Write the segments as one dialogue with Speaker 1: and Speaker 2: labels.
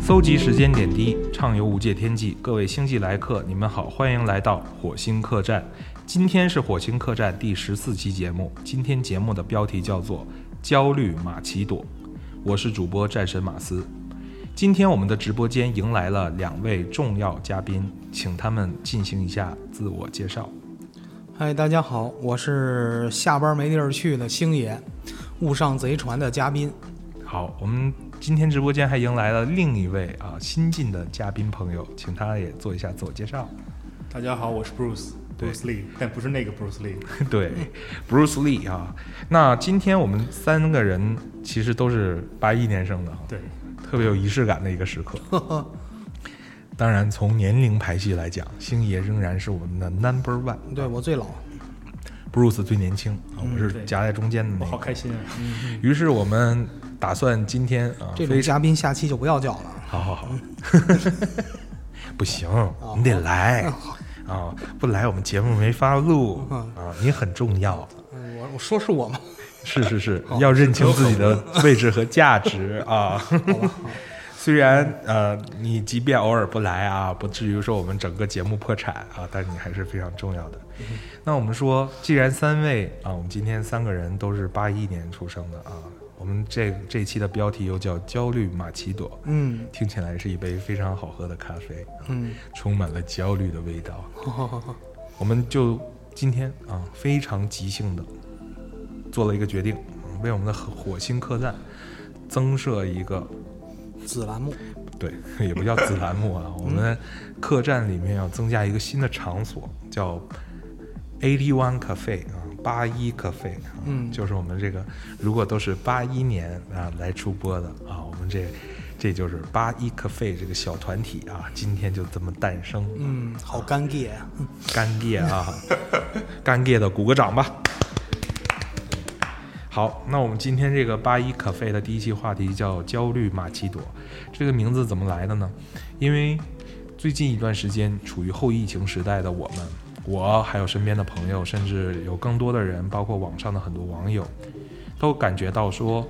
Speaker 1: 收集时间点滴，畅游无界天际。各位星际来客，你们好，欢迎来到火星客栈。今天是火星客栈第十四期节目，今天节目的标题叫做《焦虑马奇朵》，我是主播战神马斯。今天我们的直播间迎来了两位重要嘉宾，请他们进行一下自我介绍。
Speaker 2: 嗨，大家好，我是下班没地儿去的星爷，误上贼船的嘉宾。
Speaker 1: 好，我们今天直播间还迎来了另一位啊新进的嘉宾朋友，请他也做一下自我介绍。
Speaker 3: 大家好，我是 Bruce
Speaker 1: 嗯对
Speaker 3: Bruce Lee，但不是那个 Bruce Lee。
Speaker 1: 对，Bruce Lee 啊。那今天我们三个人其实都是八一年生的啊，
Speaker 3: 对，
Speaker 1: 特别有仪式感的一个时刻。当然，从年龄排序来讲，星爷仍然是我们的 number one。
Speaker 2: 对我最老，
Speaker 1: Bruce 最年轻啊，我是
Speaker 3: 嗯对
Speaker 1: 夹在中间的
Speaker 3: 我
Speaker 1: 那
Speaker 3: 好
Speaker 1: 个。
Speaker 3: 开心啊！
Speaker 1: 于是我们打算今天啊，
Speaker 2: 这种
Speaker 1: 非常
Speaker 2: 嘉宾下期就不要叫了。
Speaker 1: 好好好， 不行，你得来啊，不来我们节目没法录啊，你很重要。
Speaker 2: 嗯我我说是我吗？
Speaker 1: 是是是，要认清自己的位置和价值啊。虽然呃，你即便偶尔不来啊，不至于说我们整个节目破产啊，但你还是非常重要的。那我们说，既然三位啊，我们今天三个人都是八一年出生的啊，我们这这期的标题又叫“焦虑玛奇朵”，
Speaker 2: 嗯
Speaker 1: 听起来是一杯非常好喝的咖啡，啊
Speaker 2: 嗯，
Speaker 1: 充满了焦虑的味道。我们就今天啊，非常即兴的做了一个决定，嗯为我们的火火星客栈增设一个，
Speaker 2: 子栏目，
Speaker 1: 对， 也不叫子栏目啊，我们客栈里面要增加一个新的场所，叫 Eighty One Cafe 啊，八一 Cafe 啊，
Speaker 2: 嗯
Speaker 1: 就是我们这个如果都是八一年啊来出播的啊，我们这这就是八一 Cafe 这个小团体啊，今天就这么诞生，
Speaker 2: 嗯，好干瘪啊。
Speaker 1: 干爹啊，干爹的鼓个掌吧。好，那我们今天这个八一 cafe 的第一期话题叫“焦虑玛奇朵”，这个名字怎么来的呢？因为最近一段时间处于后疫情时代的我们，我还有身边的朋友，甚至有更多的人，包括网上的很多网友，都感觉到说，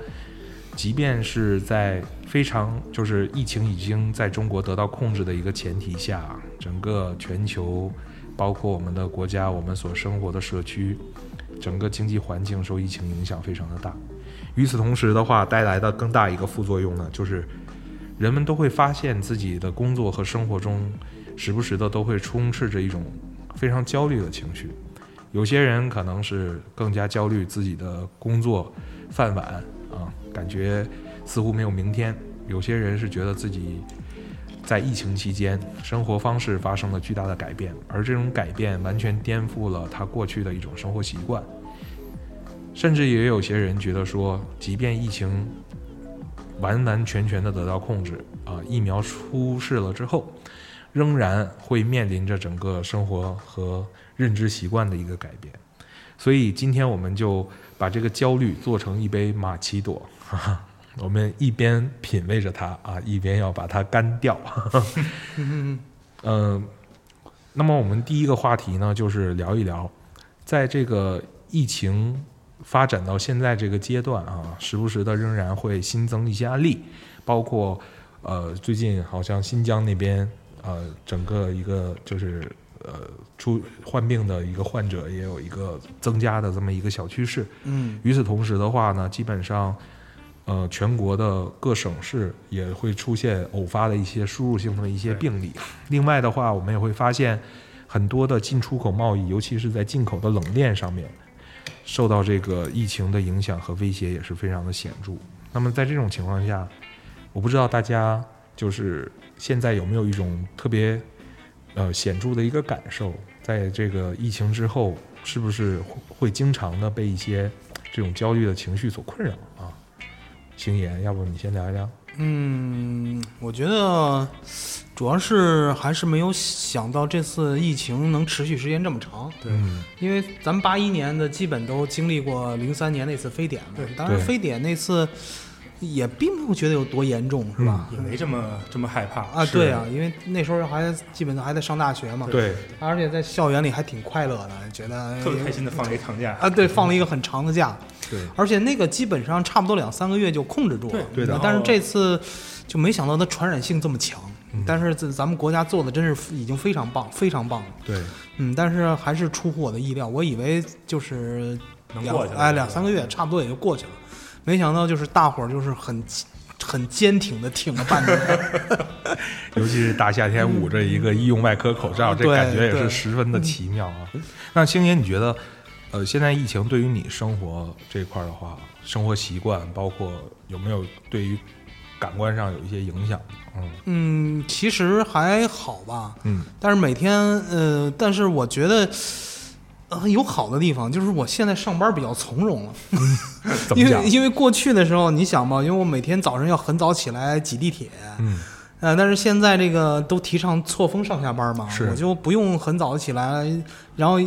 Speaker 1: 即便是在非常就是疫情已经在中国得到控制的一个前提下，整个全球，包括我们的国家，我们所生活的社区，整个经济环境受疫情影响非常的大。与此同时的话，带来的更大一个副作用呢，就是人们都会发现自己的工作和生活中，时不时的都会充斥着一种非常焦虑的情绪。有些人可能是更加焦虑自己的工作饭碗啊，感觉似乎没有明天；有些人是觉得自己在疫情期间生活方式发生了巨大的改变，而这种改变完全颠覆了他过去的一种生活习惯。甚至也有些人觉得说，即便疫情完完全全的得到控制啊，疫苗出世了之后，仍然会面临着整个生活和认知习惯的一个改变。所以今天我们就把这个焦虑做成一杯玛奇朵，哈哈，我们一边品味着它啊，一边要把它干掉。 嗯，那么我们第一个话题呢，就是聊一聊，在这个疫情发展到现在这个阶段啊，时不时的仍然会新增一些案例，包括呃最近好像新疆那边呃整个一个就是呃出患病的一个患者也有一个增加的这么一个小趋势。
Speaker 2: 嗯
Speaker 1: 与此同时的话呢，基本上，呃，全国的各省市也会出现偶发的一些输入性的一些病例。另外的话，我们也会发现很多的进出口贸易，尤其是在进口的冷链上面，受到这个疫情的影响和威胁也是非常的显著。那么在这种情况下，我不知道大家就是现在有没有一种特别呃显著的一个感受，在这个疫情之后，是不是会会经常的被一些这种焦虑的情绪所困扰啊？星爷，要不你先聊一聊？
Speaker 2: 嗯，我觉得主要是还是没有想到这次疫情能持续时间这么长。
Speaker 3: 对
Speaker 1: 嗯，
Speaker 2: 因为咱们八一年的基本都经历过零三年那次非典嘛，
Speaker 3: 对
Speaker 2: 当然
Speaker 1: 对
Speaker 2: 非典那次也并不觉得有多严重，是吧？
Speaker 3: 也没这么这么害怕
Speaker 2: 啊，对啊，因为那时候还基本还在上大学嘛，
Speaker 1: 对，
Speaker 2: 而且在校园里还挺快乐的，觉得哎
Speaker 3: 特别开心的放了一长假。
Speaker 2: 啊，对，放了一个很长的假，
Speaker 1: 对，
Speaker 2: 而且那个基本上差不多两三个月就控制住了，
Speaker 1: 对的
Speaker 2: 但是这次就没想到它传染性这么强，
Speaker 3: 嗯
Speaker 2: 但是这咱们国家做的真是已经非常棒，非常棒了，
Speaker 1: 对，
Speaker 2: 嗯，但是还是出乎我的意料，我以为就是
Speaker 3: 能
Speaker 2: 两
Speaker 3: 过去了
Speaker 2: 哎两三个月差不多也就过去了，没想到就是大伙儿就是很很坚挺的挺了半年，
Speaker 1: 尤其是大夏天捂着一个医用外科口罩，这
Speaker 2: 对
Speaker 1: 感觉也是
Speaker 2: 对
Speaker 1: 十分的奇妙啊。那星爷，你觉得，呃，现在疫情对于你生活这块儿的话，生活习惯包括有没有对于感官上有一些影响？嗯
Speaker 2: 嗯，其实还好吧，
Speaker 1: 嗯，
Speaker 2: 但是每天，呃，但是我觉得，呃，有好的地方，就是我现在上班比较从容了，
Speaker 1: 怎么
Speaker 2: 因
Speaker 1: 讲
Speaker 2: 为？因为过去的时候，你想嘛，因为我每天早上要很早起来挤地铁，
Speaker 1: 嗯，
Speaker 2: 呃，但是现在这个都提倡错峰上下班嘛，
Speaker 1: 是
Speaker 2: 我就不用很早起来，然后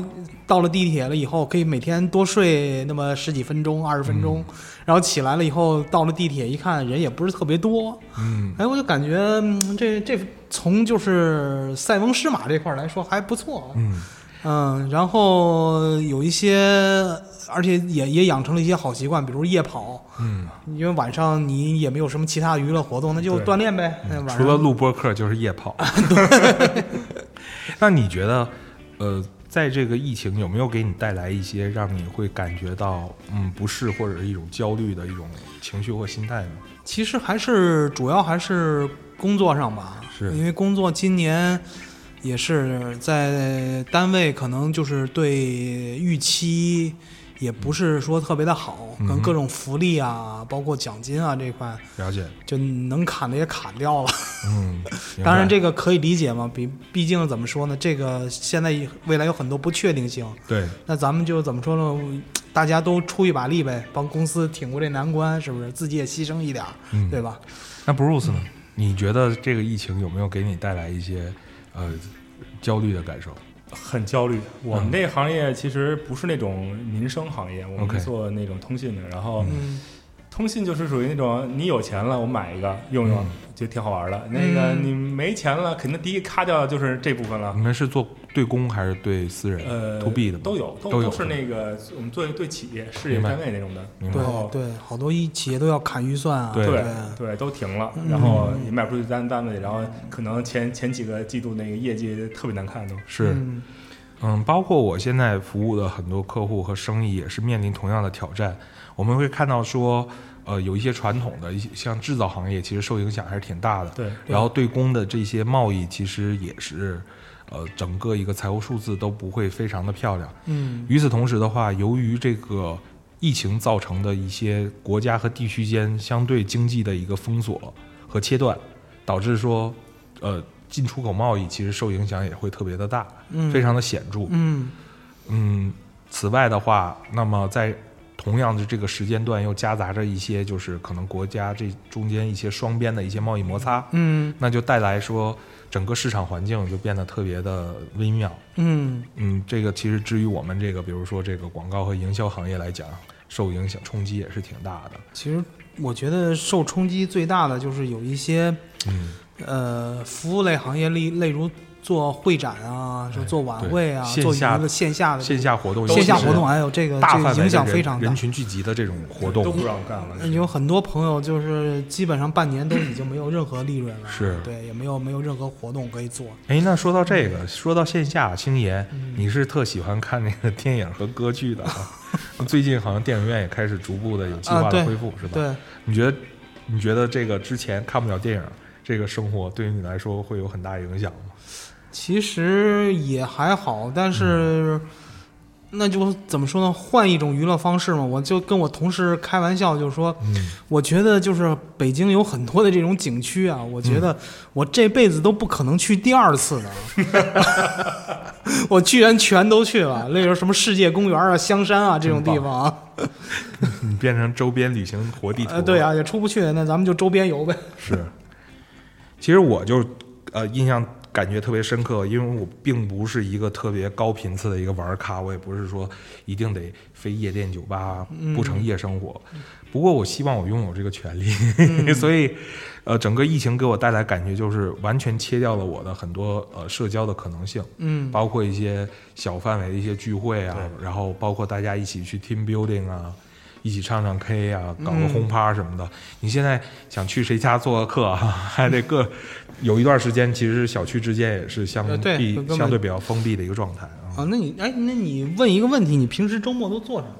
Speaker 2: 到了地铁了以后，可以每天多睡那么十几分钟、二十分钟，
Speaker 1: 嗯
Speaker 2: 然后起来了以后，到了地铁一看人也不是特别多，
Speaker 1: 嗯，
Speaker 2: 哎，我就感觉、嗯这这从就是塞翁失马这块儿来说还不错，啊
Speaker 1: 嗯
Speaker 2: 嗯，然后有一些，而且也也养成了一些好习惯，比如夜跑，
Speaker 1: 嗯，
Speaker 2: 因为晚上你也没有什么其他娱乐活动，那就
Speaker 3: 对
Speaker 2: 锻炼呗。那晚上
Speaker 1: 嗯除了录播课就是夜 跑。那你觉得，呃，在这个疫情有没有给你带来一些让你会感觉到嗯不适或者是一种焦虑的一种情绪或心态呢？
Speaker 2: 其实还是主要还是工作上吧，
Speaker 1: 是
Speaker 2: 因为工作今年也是在单位，可能就是对预期也不是说特别的好，
Speaker 1: 嗯
Speaker 2: 跟各种福利啊，包括奖金啊这块，
Speaker 1: 了解，
Speaker 2: 就能砍的也砍掉了。
Speaker 1: 嗯，明白
Speaker 2: 当然这个可以理解嘛，比毕竟怎么说呢，这个现在未来有很多不确定性，
Speaker 1: 对
Speaker 2: 那咱们就怎么说呢？大家都出一把力呗，帮公司挺过这难关，是不是？自己也牺牲一点儿，
Speaker 1: 嗯
Speaker 2: 对吧？
Speaker 1: 那 Bruce 呢？你觉得这个疫情有没有给你带来一些呃焦虑的感受？
Speaker 3: 很焦虑。
Speaker 1: 嗯
Speaker 3: 我们这个行业其实不是那种民生行业，我
Speaker 1: 嗯 OK
Speaker 3: 们做那种通信的。然后
Speaker 2: 嗯，
Speaker 3: 通信就是属于那种你有钱了，我买一个用用啊
Speaker 1: 嗯，
Speaker 3: 就挺好玩的。那个
Speaker 2: 嗯
Speaker 3: 你没钱了，肯定第一咔掉的就是这部分了
Speaker 1: 啊你。们是做对公还是对私人？嗯
Speaker 3: 呃
Speaker 1: to B 的吗
Speaker 3: 都有，都
Speaker 1: 都有
Speaker 3: 是那个我们做对企业、事业
Speaker 1: 明白
Speaker 3: 单位那种的，
Speaker 1: 明白
Speaker 3: 然后
Speaker 2: 对对，好多一企业都要砍预算啊，
Speaker 1: 对
Speaker 2: 对
Speaker 3: 对对，都停了，然后也卖不出去单单位，然后可能前前几个季度那个业绩特别难看都。
Speaker 1: 是，
Speaker 2: 嗯
Speaker 1: 嗯，包括我现在服务的很多客户和生意也是面临同样的挑战。我们会看到说，呃，有一些传统的，一些像制造行业，其实受影响还是挺大的。
Speaker 3: 对，
Speaker 1: 然后对公的这些贸易，其实也是，呃，整个一个财务数字都不会非常的漂亮。
Speaker 2: 嗯
Speaker 1: 与此同时的话，由于这个疫情造成的一些国家和地区间相对经济的一个封锁和切断，导致说，呃，进出口贸易其实受影响也会特别的大，
Speaker 2: 嗯
Speaker 1: 非常的显著。
Speaker 2: 嗯
Speaker 1: 嗯，此外的话，那么在同样的这个时间段，又夹杂着一些就是可能国家这中间一些双边的一些贸易摩擦，
Speaker 2: 嗯
Speaker 1: 那就带来说整个市场环境就变得特别的微妙。
Speaker 2: 嗯
Speaker 1: 嗯，这个其实至于我们这个，比如说这个广告和营销行业来讲，受影响冲击也是挺大的。
Speaker 2: 其实我觉得受冲击最大的就是有一些
Speaker 1: 嗯，
Speaker 2: 呃服务类行业，例例如做会展啊，就做晚会啊，
Speaker 1: 哎对
Speaker 2: 做
Speaker 1: 线下
Speaker 2: 娱乐线下的
Speaker 1: 线下活动，
Speaker 2: 线下
Speaker 1: 尤其是
Speaker 2: 活动，还有这个
Speaker 1: 大范
Speaker 2: 这
Speaker 1: 围
Speaker 2: 个
Speaker 1: 的
Speaker 2: 影响
Speaker 1: 人
Speaker 2: 非常大
Speaker 1: 人。群聚集的这种活
Speaker 3: 都
Speaker 1: 动
Speaker 3: 不，让干了。
Speaker 2: 有很多朋友就是基本上半年都已经没有任何利润了，
Speaker 1: 是
Speaker 2: 对，也没有没有任何活动可以做。
Speaker 1: 哎，那说到这个，说到线下，星爷，
Speaker 2: 嗯
Speaker 1: 你是特喜欢看那个电影和歌剧的啊？ 最近好像电影院也开始逐步的有计划
Speaker 2: 啊
Speaker 1: 的
Speaker 2: 对
Speaker 1: 恢复，是吧？
Speaker 2: 对，
Speaker 1: 你觉得，你觉得这个之前看不了电影，这个生活对于你来说会有很大影响吗？
Speaker 2: 其实也还好，但是、那就怎么说呢？换一种娱乐方式嘛。我就跟我同事开玩笑，就是说，
Speaker 1: 嗯，
Speaker 2: 我觉得就是北京有很多的这种景区啊，我觉得我这辈子都不可能去第二次的。 我居然全都去了，例如什么世界公园啊、香山啊这种地方啊，
Speaker 1: 你变成周边旅行活地图、
Speaker 2: 呃，对，啊，也出不去，那咱们就周边游呗。
Speaker 1: 是。其实我就呃印象感觉特别深刻，因为我并不是一个特别高频次的一个玩咖，我也不是说一定得非夜店酒吧不成夜生活。不过我希望我拥有这个权利， 所以，呃，整个疫情给我带来感觉就是完全切掉了我的很多呃社交的可能性，
Speaker 2: 嗯
Speaker 1: 包括一些小范围的一些聚会啊，然后包括大家一起去 team building 啊，一起唱唱 K 啊，搞
Speaker 2: 嗯
Speaker 1: 个轰趴什么的。你现在想去谁家做个客、啊， 还得各有一段时间，其实小区之间也是相
Speaker 2: 呃对
Speaker 1: 闭
Speaker 2: 根本
Speaker 1: 相对比较封闭的一个状态啊，
Speaker 2: 啊，那你哎，那你问一个问题，你平时周末都做什么？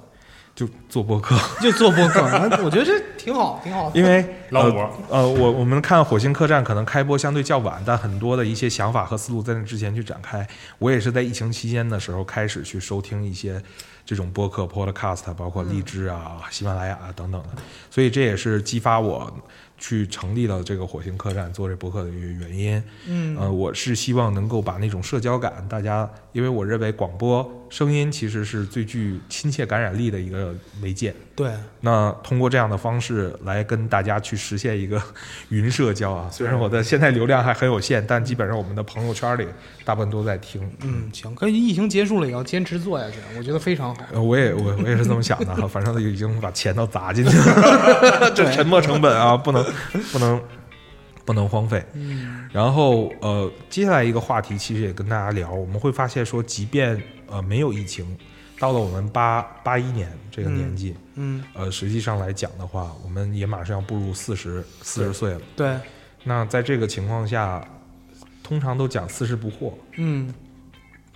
Speaker 1: 就做播客。
Speaker 2: 就做播客，我觉得这挺好，挺好。
Speaker 1: 因为
Speaker 3: 劳
Speaker 1: 呃
Speaker 3: 模
Speaker 1: 呃，我我们看《火星客栈》可能开播相对较晚，但很多的一些想法和思路在那之前去展开。我也是在疫情期间的时候开始去收听一些这种播客、podcast，包括荔枝啊、喜马拉雅啊等等的，所以这也是激发我去成立了这个火星客栈做这播客的一个原因。
Speaker 2: 嗯
Speaker 1: 呃，我是希望能够把那种社交感，大家，因为我认为广播声音其实是最具亲切感染力的一个媒介。
Speaker 2: 对，
Speaker 1: 那通过这样的方式来跟大家去实现一个 云社交啊，虽然我的现在流量还很有限，但基本上我们的朋友圈里大部分都在听。
Speaker 2: 嗯，行，可以。疫情结束了也要坚持做下去，我觉得非常好。
Speaker 1: 呃我也我我也是这么想的哈， 反正已经把钱都砸进去了，这沉没成本啊，不能不能不能荒废。
Speaker 2: 嗯
Speaker 1: 然后呃，接下来一个话题其实也跟大家聊，我们会发现说，即便呃没有疫情，到了我们八八一年这个年纪，
Speaker 2: 嗯，
Speaker 1: 呃，实际上来讲的话，我们也马上要步入四十四十岁了。
Speaker 2: 对，
Speaker 1: 那在这个情况下，通常都讲四十不惑。
Speaker 2: 嗯，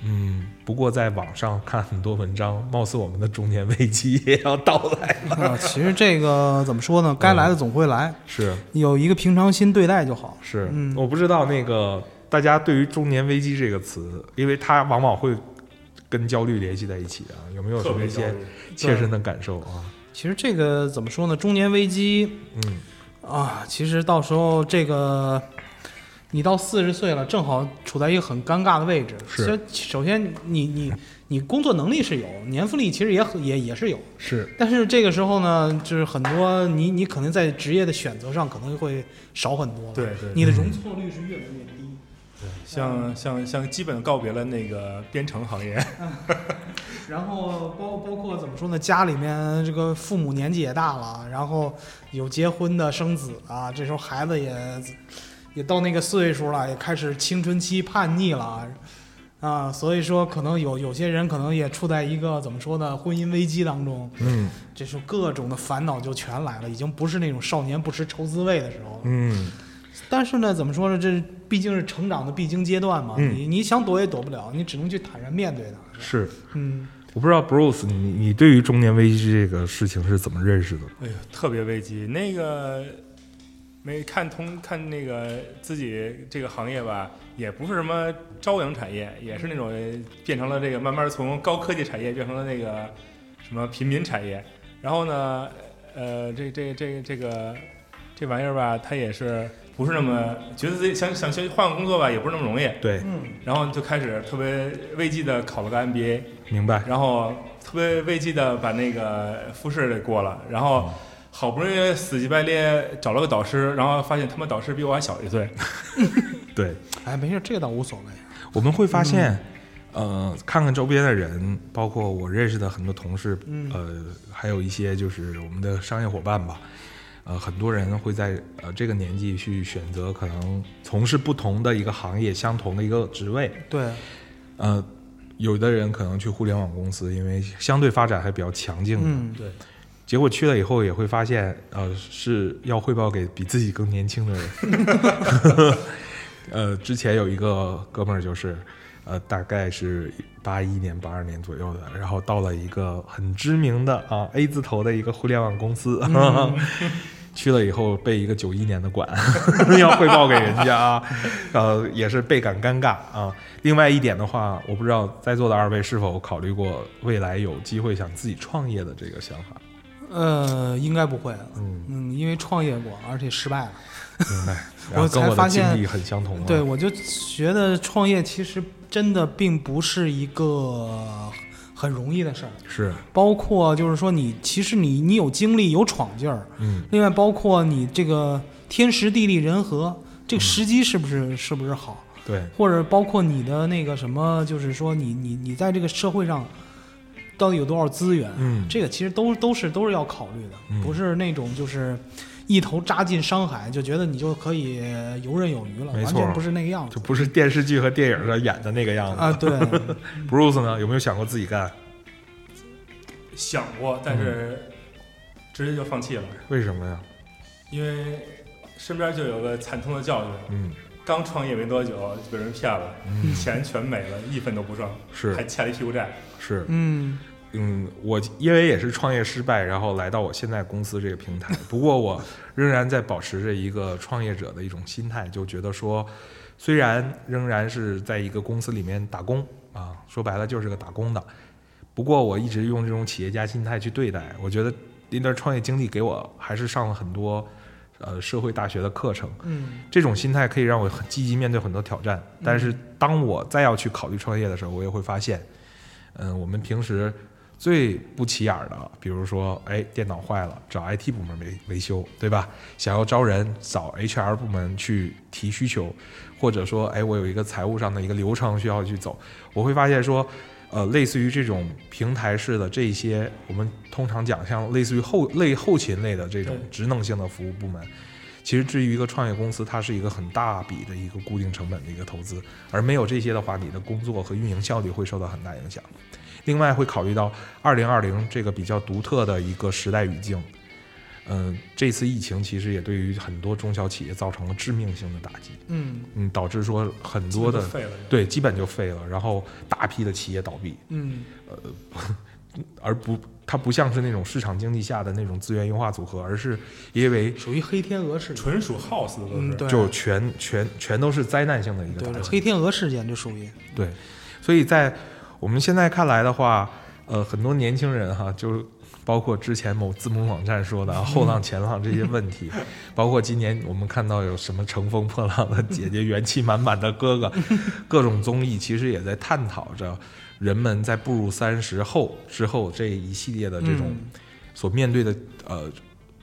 Speaker 1: 嗯，不过在网上看很多文章，貌似我们的中年危机也要到来 了。
Speaker 2: 啊，其实这个怎么说呢？该来的总会来，
Speaker 1: 是
Speaker 2: 有一个平常心对待就好。
Speaker 1: 是，
Speaker 2: 嗯
Speaker 1: 我不知道那个大家对于“中年危机”这个词，因为它往往会跟焦虑联系在一起啊，有没有什
Speaker 3: 特
Speaker 1: 么
Speaker 3: 别
Speaker 1: 一
Speaker 3: 焦
Speaker 1: 些
Speaker 3: 虑
Speaker 1: 切身的感受啊？
Speaker 2: 其实这个怎么说呢？中年危机
Speaker 1: 嗯，
Speaker 2: 啊，其实到时候这个你到四十岁了，正好处在一个很尴尬的位置。
Speaker 1: 是
Speaker 2: 其实首先你你你工作能力是有，年富力其实也很也也是有，
Speaker 1: 是
Speaker 2: 但是这个时候呢，就是很多你你可能在职业的选择上可能会少很多了。
Speaker 3: 对对
Speaker 2: 你的容错率是越来越低。
Speaker 3: 像像像基本告别了那个编程行业，
Speaker 2: 然后包包括怎么说呢，家里面这个父母年纪也大了，然后有结婚的生子啊，这时候孩子也也到那个岁数了，也开始青春期叛逆了。啊，所以说可能有有些人可能也处在一个怎么说呢，婚姻危机当中，
Speaker 1: 嗯
Speaker 2: 这时候各种的烦恼就全来了，已经不是那种少年不识愁滋味的时候了。
Speaker 1: 嗯，
Speaker 2: 但是呢，怎么说呢？这毕竟是成长的必经阶段嘛，
Speaker 1: 嗯
Speaker 2: 你你想躲也躲不了，你只能去坦然面对它。
Speaker 1: 是。
Speaker 2: 嗯，
Speaker 1: 我不知道 Bruce，你你对于中年危机这个事情是怎么认识的？
Speaker 3: 哎呦，特别危机。那个没看通看那个自己这个行业吧，也不是什么朝阳产业，也是那种变成了这个慢慢从高科技产业变成了那个什么平民产业。然后呢，呃，这这这这个这玩意儿吧，它也是不是那么觉得自己想想去换个工作吧，也不是那么容易。
Speaker 1: 对，
Speaker 3: 然后就开始特别危机的考了个 MBA。
Speaker 1: 明白。
Speaker 3: 然后特别危机的把那个复试给过了，然后
Speaker 1: 嗯
Speaker 3: 好不容易死乞白咧找了个导师，然后发现他们导师比我还小一岁，
Speaker 1: 对，
Speaker 2: 哎，没事，这个倒无所谓。
Speaker 1: 我们会发现，呃，看看周边的人，包括我认识的很多同事，呃，还有一些就是我们的商业伙伴吧，呃，很多人会在呃这个年纪去选择可能从事不同的一个行业、相同的一个职位，
Speaker 2: 对，
Speaker 1: 呃，有的人可能去互联网公司，因为相对发展还比较强劲的，
Speaker 2: 嗯，
Speaker 3: 对，
Speaker 1: 结果去了以后也会发现，呃，是要汇报给比自己更年轻的人。 呃，之前有一个哥们儿就是，呃，大概是八一年、八二年左右的，然后到了一个很知名的啊 A 字头的一个互联网公司， 去了以后被一个九一年的管， 要汇报给人家啊，呃，也是倍感尴尬啊。另外一点的话，我不知道在座的二位是否考虑过未来有机会想自己创业的这个想法。
Speaker 2: 呃，应该不会。
Speaker 1: 嗯，
Speaker 2: 嗯，因为创业过，而且失败了。
Speaker 1: 明白。
Speaker 2: 我
Speaker 1: 然后跟
Speaker 2: 才
Speaker 1: 我
Speaker 2: 发
Speaker 1: 的经
Speaker 2: 现
Speaker 1: 历很相同啊。
Speaker 2: 对，我就觉得创业其实真的并不是一个很容易的事儿，
Speaker 1: 是，
Speaker 2: 包括就是说你其实你你有精力有闯劲儿，
Speaker 1: 嗯，
Speaker 2: 另外包括你这个天时地利人和，这个时机是不是、是不是好？
Speaker 1: 对，
Speaker 2: 或者包括你的那个什么，就是说你你你在这个社会上到底有多少资源，
Speaker 1: 嗯
Speaker 2: 这个其实都都是都是要考虑的，
Speaker 1: 嗯
Speaker 2: 不是那种就是一头扎进商海就觉得你就可以游刃有余了，
Speaker 1: 没
Speaker 2: 完
Speaker 1: 错
Speaker 2: 全不是那个样
Speaker 1: 就
Speaker 2: 子
Speaker 1: 不是电视剧和电影上演的那个样子。
Speaker 2: 啊。对，
Speaker 1: Bruce 呢，有没有想过自己干？
Speaker 3: 想过，但是
Speaker 1: 嗯
Speaker 3: 直接就放弃了，
Speaker 1: 为什么呀？
Speaker 3: 因为身边就有个惨痛的教训，
Speaker 1: 嗯，
Speaker 3: 刚创业没多久就被人骗了，
Speaker 1: 嗯
Speaker 3: 钱全没了，一分都不剩，还
Speaker 1: 是
Speaker 3: 欠了一屁股债。
Speaker 1: 是，
Speaker 2: 嗯
Speaker 1: 嗯，我因为也是创业失败，然后来到我现在公司这个平台。不过我仍然在保持着一个创业者的一种心态，就觉得说，虽然仍然是在一个公司里面打工啊，说白了就是个打工的，不过我一直用这种企业家心态去对待。我觉得那段创业经历给我还是上了很多呃社会大学的课程。
Speaker 2: 嗯
Speaker 1: 这种心态可以让我很积极面对很多挑战。但是当我再要去考虑创业的时候，我也会发现，嗯，我们平时最不起眼儿的，比如说，哎，电脑坏了，找 IT 部门维维修，对吧？想要招人，找 HR 部门去提需求，或者说，哎，我有一个财务上的一个流程需要去走，我会发现说。呃，类似于这种平台式的这些，我们通常讲像类似于后类后勤类的这种
Speaker 3: 对
Speaker 1: 职能性的服务部门，其实至于一个创业公司，它是一个很大笔的一个固定成本的一个投资，而没有这些的话，你的工作和运营效率会受到很大影响。另外会考虑到二零二零这个比较独特的一个时代语境，嗯、这次疫情其实也对于很多中小企业造成了致命性的打击，
Speaker 2: 嗯
Speaker 1: 嗯，导致说很多
Speaker 3: 基
Speaker 1: 的
Speaker 3: 本都废了。
Speaker 1: 对基本就废了，然后大批的企业倒闭，
Speaker 2: 嗯
Speaker 1: 而不它不像是那种市场经济下的那种资源优化组合，而是因为
Speaker 2: 属于黑天鹅事件，
Speaker 3: 纯属耗死的都是。
Speaker 2: 嗯对，
Speaker 1: 就全全全都是灾难性的一个
Speaker 2: 对
Speaker 1: 打
Speaker 2: 对
Speaker 1: 击。
Speaker 2: 黑天鹅事件就属于
Speaker 1: 对，所以在我们现在看来的话，呃，很多年轻人哈，就包括之前某字母网站说的啊后浪前浪这些问题，包括今年我们看到有什么乘风破浪的姐姐、元气满满的哥哥，各种综艺其实也在探讨着人们在步入三十后之后这一系列的这种
Speaker 2: 嗯
Speaker 1: 所面对的呃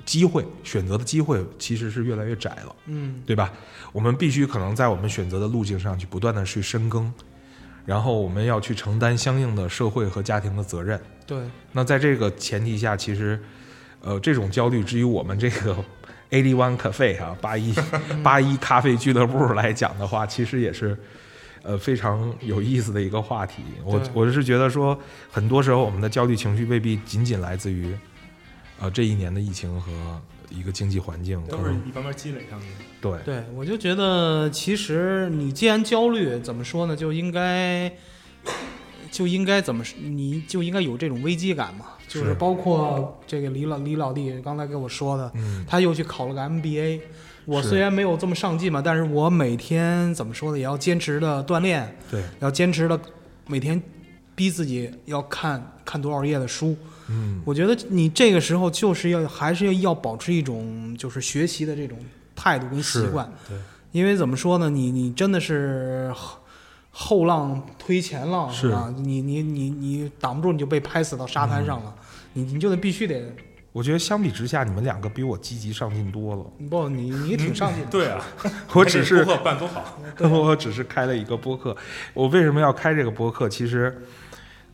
Speaker 1: 机会选择的机会其实是越来越窄了。
Speaker 2: 嗯
Speaker 1: 对吧？我们必须可能在我们选择的路径上去不断的去深耕，然后我们要去承担相应的社会和家庭的责任。
Speaker 2: 对
Speaker 1: 那在这个前提下，其实，呃，这种焦虑，至于我们这个 Eighty One Cafe 啊，八 一八一咖啡俱乐部来讲的话，其实也是，呃，非常有意思的一个话题。我
Speaker 2: 对
Speaker 1: 我是觉得说，很多时候我们的焦虑情绪未必仅仅来自于，呃，这一年的疫情和一个经济环境，可
Speaker 3: 都是
Speaker 1: 能
Speaker 3: 一慢慢积累上去的。
Speaker 1: 对
Speaker 2: 对，我就觉得其实你既然焦虑，怎么说呢，就应该就应该怎么说，你就应该有这种危机感嘛。就是
Speaker 1: 是
Speaker 2: 包括这个李老李老弟刚才跟我说的，
Speaker 1: 嗯，
Speaker 2: 他又去考了个 MBA。我
Speaker 1: 是
Speaker 2: 虽然没有这么上进嘛，但是我每天怎么说呢，也要坚持的锻炼，
Speaker 1: 对，
Speaker 2: 要坚持的每天逼自己要看看多少页的书。
Speaker 1: 嗯。
Speaker 2: 我觉得你这个时候就是要还是要要保持一种就是学习的这种态度跟习
Speaker 1: 是
Speaker 2: 惯，
Speaker 3: 对，
Speaker 2: 因为怎么说呢，你你真的是后后浪推前浪
Speaker 1: 是
Speaker 2: 吧？你你你你挡不住你就被拍死到沙滩上
Speaker 1: 嗯
Speaker 2: 了，你你就得必须得
Speaker 1: 我觉得相比之下，你们两个比我积极上进多 了。
Speaker 2: 不你你挺 上进的，
Speaker 3: 对啊，
Speaker 1: 我只是
Speaker 3: 播客办多好，
Speaker 1: 我只是开了一个播客。我为什么要开这个播客？其实，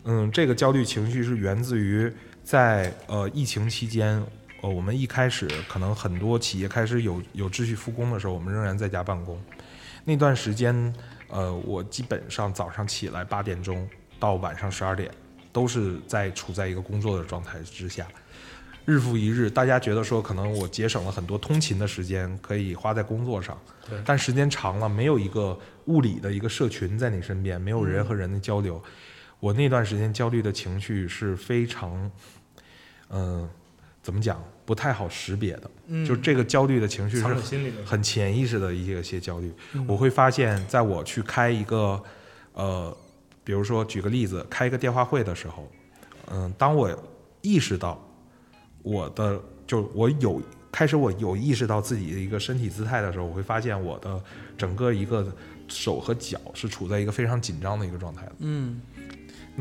Speaker 1: 嗯，这个焦虑情绪是源自于在呃疫情期间，呃，我们一开始可能很多企业开始有有秩序复工的时候，我们仍然在家办公。那段时间，呃，我基本上早上起来八点钟到晚上十二点，都是在处在一个工作的状态之下。日复一日，大家觉得说可能我节省了很多通勤的时间，可以花在工作上，
Speaker 3: 对
Speaker 1: 但时间长了，没有一个物理的一个社群在你身边，没有人和人的交流。我那段时间焦虑的情绪是非常，嗯、怎么讲，不太好识别的，
Speaker 2: 嗯，
Speaker 1: 就这个焦虑的情绪是
Speaker 3: 藏在心里的。
Speaker 1: 很潜意识的一些一些焦虑。
Speaker 2: 嗯
Speaker 1: 我会发现，在我去开一个，呃，比如说举个例子，开一个电话会的时候，嗯、当我意识到我的，就我有开始我有意识到自己的一个身体姿态的时候，我会发现我的整个一个手和脚是处在一个非常紧张的一个状态的。
Speaker 2: 嗯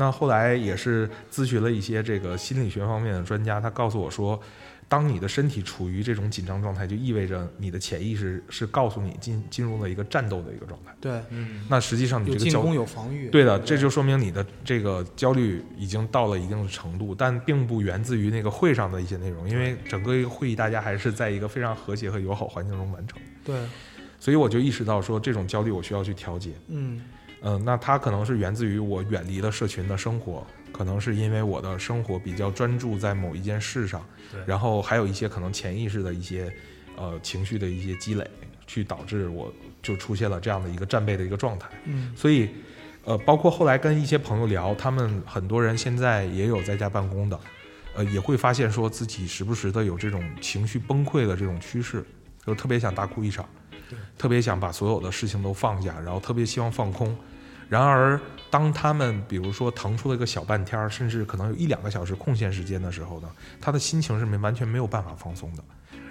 Speaker 1: 那后来也是咨询了一些这个心理学方面的专家，他告诉我说，当你的身体处于这种紧张状态，就意味着你的潜意识是告诉你进进入了一个战斗的一个状态。
Speaker 2: 对，
Speaker 3: 嗯，
Speaker 1: 那实际上你
Speaker 2: 有
Speaker 1: 这个
Speaker 2: 进
Speaker 1: 焦
Speaker 2: 攻有防御，
Speaker 1: 对的，
Speaker 2: 不
Speaker 1: 这就说明你的这个焦虑已经到了一定的程度，但并不源自于那个会上的一些内容，因为整个一个会议大家还是在一个非常和谐和友好环境中完成。
Speaker 2: 对，
Speaker 1: 所以我就意识到说，这种焦虑我需要去调节。
Speaker 2: 嗯
Speaker 1: 嗯，那它可能是源自于我远离了社群的生活，可能是因为我的生活比较专注在某一件事上
Speaker 3: 对，
Speaker 1: 然后还有一些可能潜意识的一些呃情绪的一些积累，去导致我就出现了这样的一个战备的一个状态。
Speaker 2: 嗯
Speaker 1: 所以，呃，包括后来跟一些朋友聊，他们很多人现在也有在家办公的，呃，也会发现说自己时不时的有这种情绪崩溃的这种趋势，就特别想大哭一场，特别想把所有的事情都放下，然后特别希望放空。然而，当他们比如说腾出了一个小半天儿，甚至可能有一两个小时空闲时间的时候呢，他的心情是没完全没有办法放松的，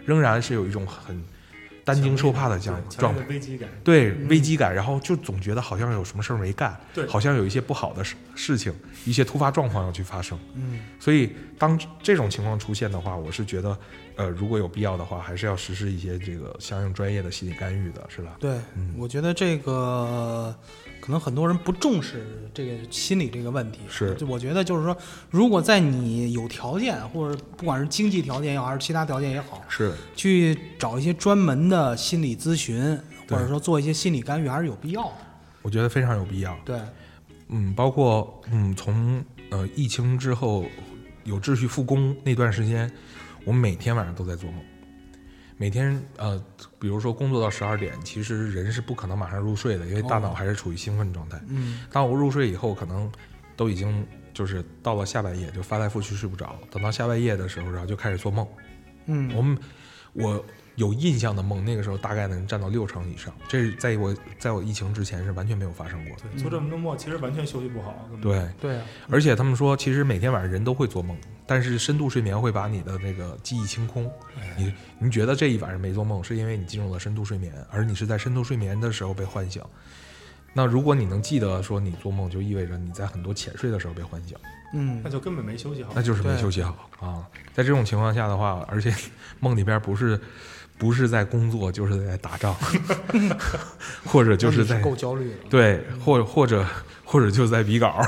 Speaker 1: 仍然是有一种很担惊受怕的这样
Speaker 3: 对强
Speaker 1: 状
Speaker 3: 烈
Speaker 1: 态
Speaker 3: 的。危机感，
Speaker 1: 对
Speaker 2: 嗯
Speaker 1: 危机感，然后就总觉得好像有什么事儿没干，
Speaker 3: 对
Speaker 1: 好像有一些不好的事事情，一些突发状况要去发生。
Speaker 2: 嗯，
Speaker 1: 所以当这种情况出现的话，我是觉得，呃，如果有必要的话，还是要实施一些这个相应专业的心理干预的，是吧？
Speaker 2: 对，
Speaker 1: 嗯
Speaker 2: 我觉得这个可能很多人不重视这个心理这个问题，
Speaker 1: 是
Speaker 2: 就我觉得就是说，如果在你有条件，或者不管是经济条件也好，还是其他条件也好，
Speaker 1: 是，
Speaker 2: 去找一些专门的心理咨询，
Speaker 1: 对
Speaker 2: 或者说做一些心理干预，还是有必要的。
Speaker 1: 我觉得非常有必要。
Speaker 2: 对，
Speaker 1: 嗯，包括嗯，从呃疫情之后有秩序复工那段时间，我每天晚上都在做梦，每天呃，比如说工作到十二点，其实人是不可能马上入睡的，因为大脑还是处于兴奋状态。
Speaker 2: 嗯
Speaker 1: 当我入睡以后，可能都已经就是到了下半夜，就翻来覆去睡不着。等到下半夜的时候，然后就开始做梦。
Speaker 2: 嗯
Speaker 1: 我们我有印象的梦，那个时候大概能占到六成以上，这是在我在我疫情之前是完全没有发生过的。
Speaker 3: 对，做这么多梦，其实完全休息不好，
Speaker 1: 嗯
Speaker 3: 根本
Speaker 1: 对，
Speaker 2: 对啊，
Speaker 1: 而且他们说，其实每天晚上人都会做梦，但是深度睡眠会把你的那个记忆清空。
Speaker 2: 哎
Speaker 1: 你你觉得这一晚上没做梦，是因为你进入了深度睡眠，而你是在深度睡眠的时候被唤醒。那如果你能记得说你做梦，就意味着你在很多浅睡的时候被唤醒，
Speaker 2: 嗯
Speaker 3: 那就根本没休息好
Speaker 1: 那。就是没
Speaker 2: 对
Speaker 1: 休息好啊。在这种情况下的话，而且 梦里边不是不是在工作，就是在打 仗，或者就
Speaker 2: 那
Speaker 1: 是
Speaker 2: 你
Speaker 1: 在
Speaker 2: 够焦虑了。
Speaker 1: 对，或或者或者就在比稿，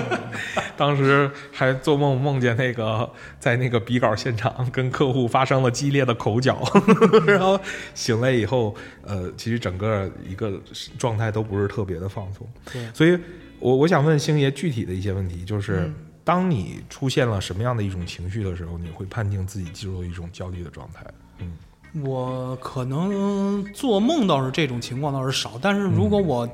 Speaker 1: 当时还做梦梦见那个在那个比稿现场跟客户发生了激烈的口角， 然后醒来以后，呃，其实整个一个状态都不是特别的放松，
Speaker 2: 对
Speaker 1: 所以我我想问星爷具体的一些问题，就是。
Speaker 2: 嗯
Speaker 1: 当你出现了什么样的一种情绪的时候，你会判定自己进入一种焦虑的状态？嗯，
Speaker 2: 我可能做梦倒是这种情况倒是少，但是如果我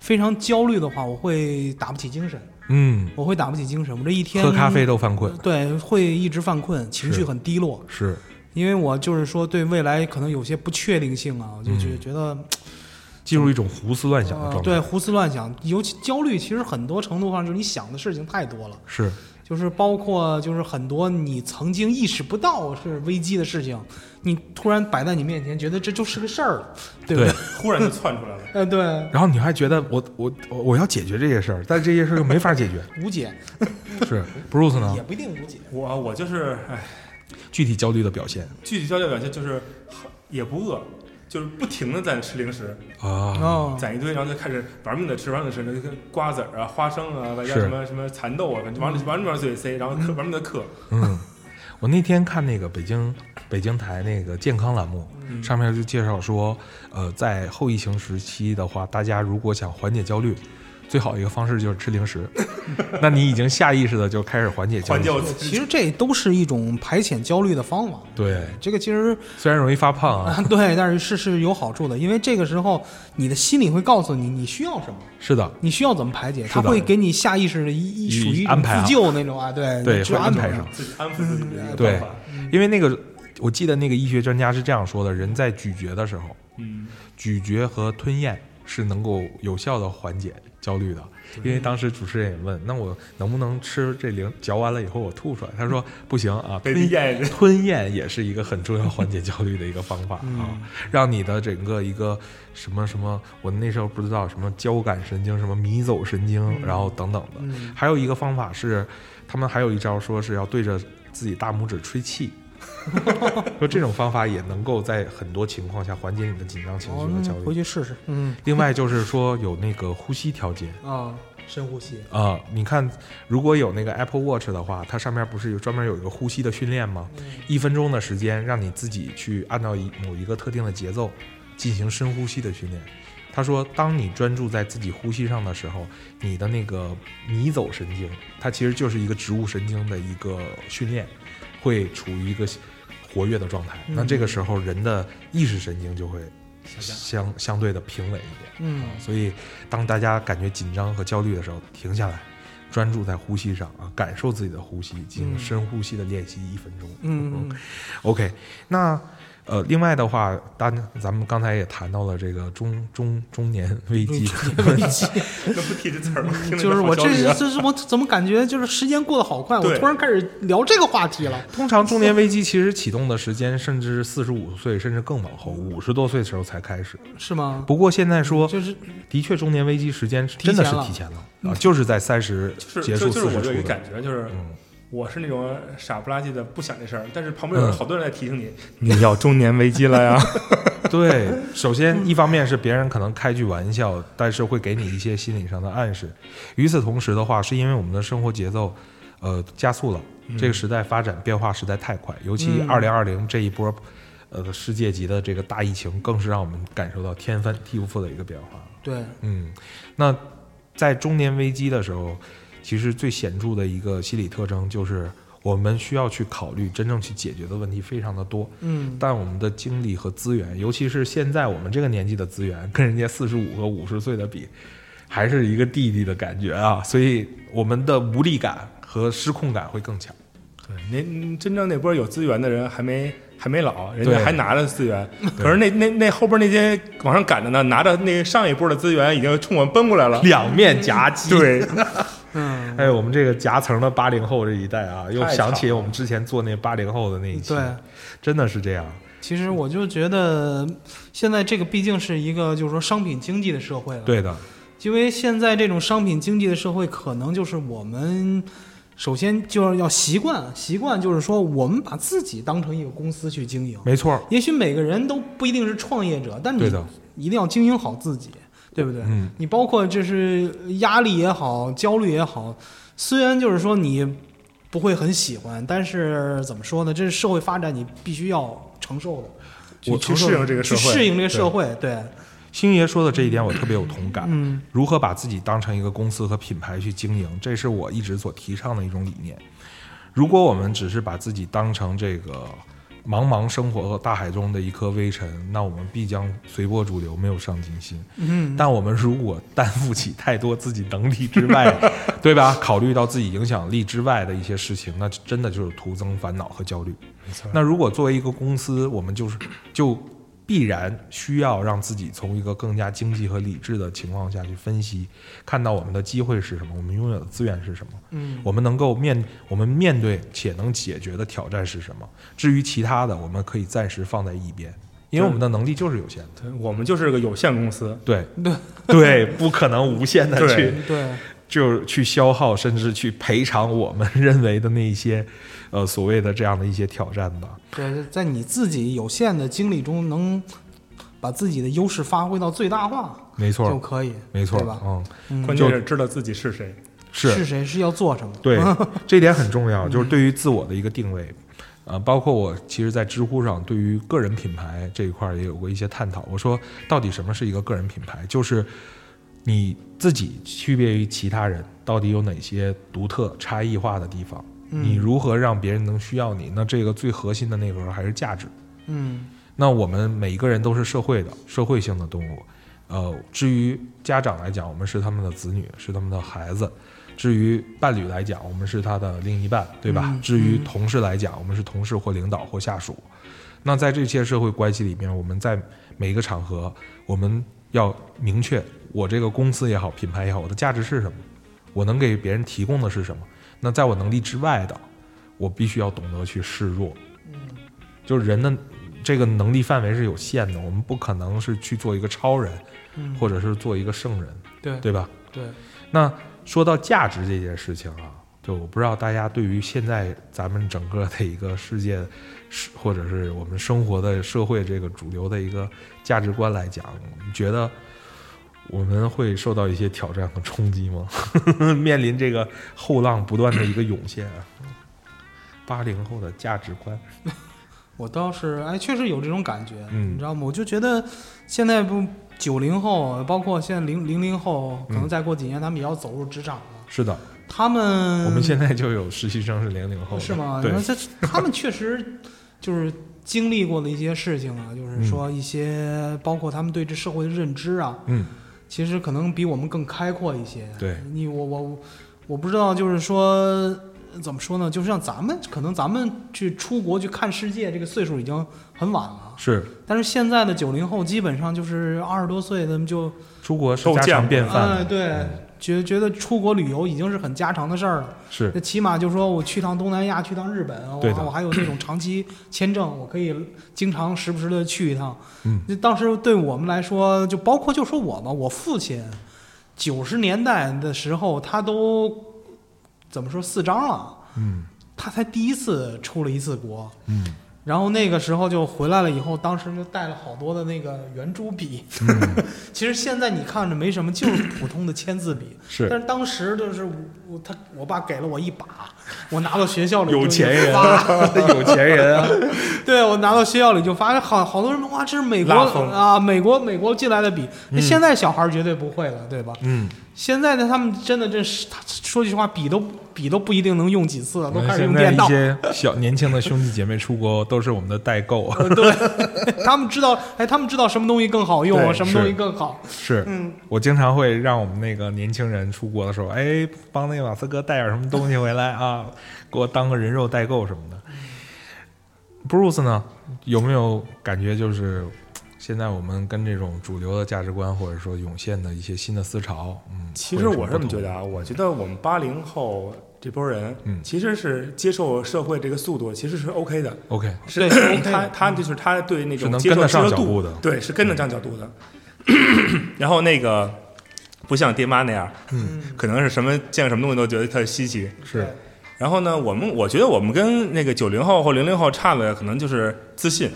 Speaker 2: 非常焦虑的话，我会打不起精神，
Speaker 1: 嗯，
Speaker 2: 我会打不起精神，我这一天
Speaker 1: 喝咖啡，都犯困，
Speaker 2: 对，会一直犯困，情绪
Speaker 1: 是
Speaker 2: 很低落，
Speaker 1: 是
Speaker 2: 因为我就是说对未来可能有些不确定性啊，我就
Speaker 1: 嗯
Speaker 2: 觉觉得、
Speaker 1: 进入一种胡思乱想的
Speaker 2: 呃
Speaker 1: 状态。
Speaker 2: 对胡思乱想，尤其焦虑，其实很多程度上就是你想的事情太多了。
Speaker 1: 是，
Speaker 2: 就是包括就是很多你曾经意识不到是危机的事情，你突然摆在你面前，觉得这就是个事儿了，对不对？
Speaker 3: 忽然就窜出来了，
Speaker 2: 呃，对，
Speaker 1: 然后你还觉得我我我我要解决这些事儿，但这些事儿又没法解决。
Speaker 2: 无解
Speaker 1: 是 Bruce 呢
Speaker 2: 也？不一定无解。
Speaker 3: 我我就是，哎，
Speaker 1: 具体焦虑的表现
Speaker 3: 具体焦虑表现就是也不饿，就是不停的在吃零食，
Speaker 1: 啊，
Speaker 2: 哦，
Speaker 3: 攒一堆，然后就开始玩命的吃，玩命的吃，那个瓜子儿啊、花生啊，外加
Speaker 1: 是
Speaker 3: 什么什么蚕豆啊，反正往里往里往嘴里塞，然后嗑，玩命的嗑。
Speaker 1: 嗯，我那天看那个北京北京台那个健康栏目，上面就介绍说，呃，在后疫情时期的话，大家如果想缓解焦虑，最好一个方式就是吃零 食。那你已经下意识的就开始缓解焦
Speaker 3: 缓
Speaker 1: 虑
Speaker 3: 解，我
Speaker 2: 其实这都是一种排遣焦虑的方法。
Speaker 1: 对，
Speaker 2: 这个其实
Speaker 1: 虽然容易发胖啊，
Speaker 2: 啊， 对，但是是是有好处的，因为这个时候你的心里会告诉你你需要什么，
Speaker 1: 是的，
Speaker 2: 你需要怎么排解，
Speaker 1: 是
Speaker 2: 它
Speaker 1: 的
Speaker 2: 会给你下意识的一一
Speaker 1: 一
Speaker 2: 属于一
Speaker 1: 安
Speaker 2: 种
Speaker 1: 排啊
Speaker 2: 自救那种啊，对
Speaker 1: 对
Speaker 2: 你去
Speaker 1: 会
Speaker 2: 安
Speaker 1: 安排
Speaker 2: 排
Speaker 1: 上
Speaker 3: 自己安抚自己的一个
Speaker 1: 嗯对
Speaker 3: 办法。
Speaker 1: 因为那个我记得那个医学专家是这样说的：人在咀嚼的时候，
Speaker 3: 嗯，
Speaker 1: 咀嚼和吞咽是能够有效的缓解焦虑的。因为当时主持人也问，那我能不能吃这零嚼完了以后我吐出来？他说不行啊，
Speaker 3: 被
Speaker 1: 吞
Speaker 3: 咽着
Speaker 1: 吞咽也是一个很重要缓解焦虑的一个方法啊，让你的整个一个什么什么，我那时候不知道什么交感神经、什么迷走神经，然后等等的。
Speaker 2: 嗯
Speaker 1: 还有一个方法是，他们还有一招说是要对着自己大拇指吹气， 说这种方法也能够在很多情况下缓解你的紧张情绪
Speaker 2: 哦
Speaker 1: 和
Speaker 2: 那
Speaker 1: 焦
Speaker 2: 回
Speaker 1: 虑。
Speaker 2: 去试试。嗯
Speaker 1: 另外就是说有那个呼吸调节
Speaker 2: 啊，深呼吸。
Speaker 1: 啊、你看如果有那个 Apple Watch 的话，它上面不是有专门有一个呼吸的训练吗？一分钟的时间让你自己去按照一某一个特定的节奏进行深呼吸的训练。他说，当你专注在自己呼吸上的时候，你的那个迷走神经，它其实就是一个植物神经的一个训练，会处于一个活跃的状态。那这个时候，人的意识神经就会相相对的平稳一点。
Speaker 2: 嗯，
Speaker 1: 所以，当大家感觉紧张和焦虑的时候，停下来，专注在呼吸上啊，感受自己的呼吸，进行深呼吸的练习一分钟。
Speaker 2: 嗯嗯
Speaker 1: OK，那呃，另外的话，当咱们刚才也谈到了这个中中中年危机，嗯
Speaker 3: 那不提这词儿吗？听着
Speaker 2: 嗯 就是
Speaker 3: 好
Speaker 2: 我
Speaker 3: 焦
Speaker 2: 这
Speaker 3: 虑
Speaker 2: 是
Speaker 3: 啊
Speaker 2: 这是我怎么感觉就是时间过得好快，我
Speaker 3: 对
Speaker 2: 突然开始聊这个话题了。
Speaker 1: 通常中年危机其实启动的时间甚至四十五岁，甚至更往后，五十多岁的时候才开始。
Speaker 2: 是吗？
Speaker 1: 不过现在说，
Speaker 2: 就是
Speaker 1: 的确中年危机时间真的是提前了啊，就是在三十
Speaker 3: 就是
Speaker 1: 结束
Speaker 3: 就就是
Speaker 1: 四
Speaker 3: 我
Speaker 1: 十
Speaker 3: 有一
Speaker 1: 出
Speaker 3: 个
Speaker 1: 的
Speaker 3: 感。觉，就是
Speaker 1: 嗯
Speaker 3: 我是那种傻不拉几的不想这事儿，但是旁边有
Speaker 1: 嗯
Speaker 3: 好多人在提醒你，你要中年危机 了呀。
Speaker 1: 对，首先一方面是别人可能开句玩笑，但是会给你一些心理上的暗示。与此同时的话，是因为我们的生活节奏，呃，加速了。这个时代发展变化实在太快，尤其二零二零这一波，呃，世界级的这个大疫情，更是让我们感受到天翻地覆的一个变化。
Speaker 2: 对，
Speaker 1: 嗯，那在中年危机的时候，其实最显著的一个心理特征就是，我们需要去考虑真正去解决的问题非常的多。
Speaker 2: 嗯，
Speaker 1: 但我们的精力和资源，尤其是现在我们这个年纪的资源，跟人家四十五和五十岁的比，还是一个弟弟的感觉啊，所以我们的无力感和失控感会更强。
Speaker 3: 对，那嗯真正那波有资源的人还没还没老，人家
Speaker 1: 对
Speaker 3: 还拿着资源。可是那那那后边那些往上赶的呢，拿着那上一波的资源已经冲我们奔过来了。
Speaker 1: 两面夹击，
Speaker 3: 对，
Speaker 2: 嗯，
Speaker 1: 哎，我们这个夹层的八零后这一代啊，又
Speaker 3: 太
Speaker 1: 想
Speaker 3: 惨
Speaker 1: 起
Speaker 3: 了
Speaker 1: 我们之前做那八零后的那一期，
Speaker 2: 对，
Speaker 1: 真的是这样。
Speaker 2: 其实我就觉得现在这个毕竟是一个就是说商品经济的社会了，，
Speaker 1: 对的，
Speaker 2: 因为现在这种商品经济的社会，可能就是我们。首先就是要习惯，习惯就是说，我们把自己当成一个公司去经营。
Speaker 1: 没错儿，
Speaker 2: 也许每个人都不一定是创业者，但你
Speaker 1: 对的，
Speaker 2: 一定要经营好自己，对不对？
Speaker 1: 嗯
Speaker 2: 你包括就是压力也好，焦虑也好，虽然就是说你不会很喜欢，但是怎么说呢？这是社会发展，你必须要承受的。
Speaker 3: 我
Speaker 2: 去承受
Speaker 3: 去
Speaker 2: 的
Speaker 3: 适应这个社
Speaker 2: 去
Speaker 3: 会
Speaker 2: 适应这个社会，对，
Speaker 1: 星爷说的这一点我特别有同感。
Speaker 2: 嗯，
Speaker 1: 如何把自己当成一个公司和品牌去经营，这是我一直所提倡的一种理念。如果我们只是把自己当成这个茫茫生活和大海中的一颗微尘，那我们必将随波逐流，没有上进心。
Speaker 2: 嗯，
Speaker 1: 但我们如果担负起太多自己能力之外， 对吧？考虑到自己影响力之外的一些事情，那真的就是徒增烦恼和焦虑。那如果作为一个公司，我们就是就必然需要让自己从一个更加经济和理智的情况下去分析，看到我们的机会是什么，我们拥有的资源是什么，
Speaker 2: 嗯，
Speaker 1: 我们能够面我们面对且能解决的挑战是什么。至于其他的，我们可以暂时放在一边，因为我们的能力就是有限的。
Speaker 3: 对我们就是个有限公司。
Speaker 1: 对
Speaker 2: 对
Speaker 1: 对，不可能无限的
Speaker 3: 对
Speaker 1: 去
Speaker 2: 对，
Speaker 1: 就是去消耗，甚至去赔偿我们认为的那一些，呃，所谓的这样的一些挑战吧。
Speaker 2: 对，在你自己有限的精力中，能把自己的优势发挥到最大化
Speaker 1: 没错
Speaker 2: 就
Speaker 1: 儿，
Speaker 2: 可以，
Speaker 1: 没错儿
Speaker 2: 对，吧？
Speaker 1: 嗯，
Speaker 2: 嗯
Speaker 3: 关键是知道自己是谁，
Speaker 1: 是
Speaker 2: 是谁是要嗯做什么？
Speaker 1: 对， 这点很重要，就是对于自我的一个定位。呃，包括我其实，在知乎上对于个人品牌这一块儿也有过一些探讨。我说，到底什么是一个个人品牌？就是你自己区别于其他人，到底有哪些独特、差异化的地方？
Speaker 2: 嗯
Speaker 1: 你如何让别人能需要你？那这个最核心的内核还是价值。
Speaker 2: 嗯，
Speaker 1: 那我们每一个人都是社会的社会性的动物，呃，至于家长来讲，我们是他们的子女，是他们的孩子；至于伴侣来讲，我们是他的另一半，对吧？
Speaker 2: 嗯
Speaker 1: 至于同事来讲，我们是同事或领导或下属。那在这些社会关系里面，我们在每一个场合，我们要明确我这个公司也好，品牌也好，我的价值是什么，我能给别人提供的是什么。那在我能力之外的，我必须要懂得去示弱。就是人的这个能力范围是有限的，我们不可能是去做一个超人，
Speaker 2: 嗯
Speaker 1: 或者是做一个圣人，
Speaker 2: 对
Speaker 1: 对吧？
Speaker 2: 对，
Speaker 1: 那说到价值这件事情啊，就我不知道大家对于现在咱们整个的一个世界，是或者是我们生活的社会这个主流的一个价值观来讲，你觉得我们会受到一些挑战和冲击 吗？面临这个后浪不断的一个涌现啊，八零后的价值观，
Speaker 2: 我倒是哎，确实有这种感觉，
Speaker 1: 嗯
Speaker 2: 你知道吗？我就觉得现在不九零后，包括现在零零零后，可能
Speaker 1: 嗯
Speaker 2: 再过几年他们也要走入职场了。
Speaker 1: 是的，
Speaker 2: 他们
Speaker 1: 我们现在就有实习生是零零后的，
Speaker 2: 嗯是吗？
Speaker 1: 哦对
Speaker 2: 因为，这他们确实就是经历过的一些事情啊，就是说一些包括他们对这社会的认知啊，
Speaker 1: 嗯，
Speaker 2: 其实可能比我们更开阔一些。啊
Speaker 1: 对，
Speaker 2: 你我我我不知道，就是说怎么说呢？就像咱们可能咱们去出国去看世界，这个岁数已经很晚了。
Speaker 1: 是
Speaker 2: 但是现在的九零后基本上就是二十多岁，他们就
Speaker 1: 出国是
Speaker 3: 都
Speaker 1: 家
Speaker 3: 见
Speaker 1: 常
Speaker 3: 过
Speaker 1: 便饭
Speaker 2: 哎
Speaker 1: 了，
Speaker 2: 对
Speaker 1: 嗯，
Speaker 2: 觉觉得出国旅游已经是很家常的事儿了。
Speaker 1: 是
Speaker 2: 那起码就说我去趟东南亚，去趟日本，我
Speaker 1: 对的
Speaker 2: 我还有那种长期签证，我可以经常时不时的去一趟。
Speaker 1: 嗯，
Speaker 2: 那当时对我们来说，就包括就说我吧，我父亲九十年代的时候，他都怎么说四张了，
Speaker 1: 嗯
Speaker 2: 他才第一次出了一次国。
Speaker 1: 嗯。
Speaker 2: 然后那个时候就回来了以后，当时就带了好多的那个圆珠笔。
Speaker 1: 嗯
Speaker 2: 其实现在你看着没什么，就是普通的签字笔。
Speaker 1: 是
Speaker 2: 但是当时就是我我他我爸给了我一把， 我拿到学校里
Speaker 1: 有
Speaker 2: 就
Speaker 1: 钱人
Speaker 2: 发，
Speaker 1: 有钱人啊，
Speaker 2: 对我拿到学校里就发，好好多人哇，这是美国
Speaker 3: 拉风
Speaker 2: 啊，美国美国进来的笔，那
Speaker 1: 嗯
Speaker 2: 现在小孩儿绝对不会了，对吧？
Speaker 1: 嗯，
Speaker 2: 现在的他们真的这是，他说句实话，笔都笔都不一定能用几次了，都开始
Speaker 1: 现
Speaker 2: 用
Speaker 1: 在
Speaker 2: 电
Speaker 1: 一
Speaker 2: 脑。
Speaker 1: 些小年轻的兄弟姐妹出国都是我们的代购，
Speaker 2: 嗯他们知道，哎，他们知道什么东西更好用啊，
Speaker 3: 对
Speaker 2: 什么东西
Speaker 1: 是
Speaker 2: 更好。
Speaker 1: 是
Speaker 2: 嗯，
Speaker 1: 我经常会让我们那个年轻人出国的时候，哎，帮那个马斯哥带点什么东西回来啊，给我当个人肉代购什么的。Bruce 呢，有没有感觉就是现在我们跟这种主流的价值观或者说涌现的一些新的思潮？嗯，
Speaker 3: 其
Speaker 1: 会
Speaker 3: 实
Speaker 1: 有什
Speaker 3: 我是
Speaker 1: 不
Speaker 3: 这么
Speaker 1: 同
Speaker 3: 觉得，啊，我觉得我们八零后这波人，
Speaker 1: 嗯
Speaker 3: 其实是接受社会这个速度其实是 OK 的，
Speaker 1: OK，
Speaker 3: 是
Speaker 2: 对是 OK 的
Speaker 3: 他他就是他对那
Speaker 1: 是
Speaker 3: 种
Speaker 1: 能
Speaker 3: 接
Speaker 1: 跟
Speaker 3: 受
Speaker 1: 得
Speaker 3: 接
Speaker 1: 上
Speaker 3: 受
Speaker 1: 脚步
Speaker 3: 度
Speaker 1: 的嗯
Speaker 3: 对，是跟得上脚度的。 然后那个不像爹妈那样，
Speaker 2: 嗯，
Speaker 3: 可能是什么见什么东西都觉得特稀奇。
Speaker 1: 是
Speaker 3: 然后呢，我们我觉得我们跟那个九零后或零零后差的可能就是自信，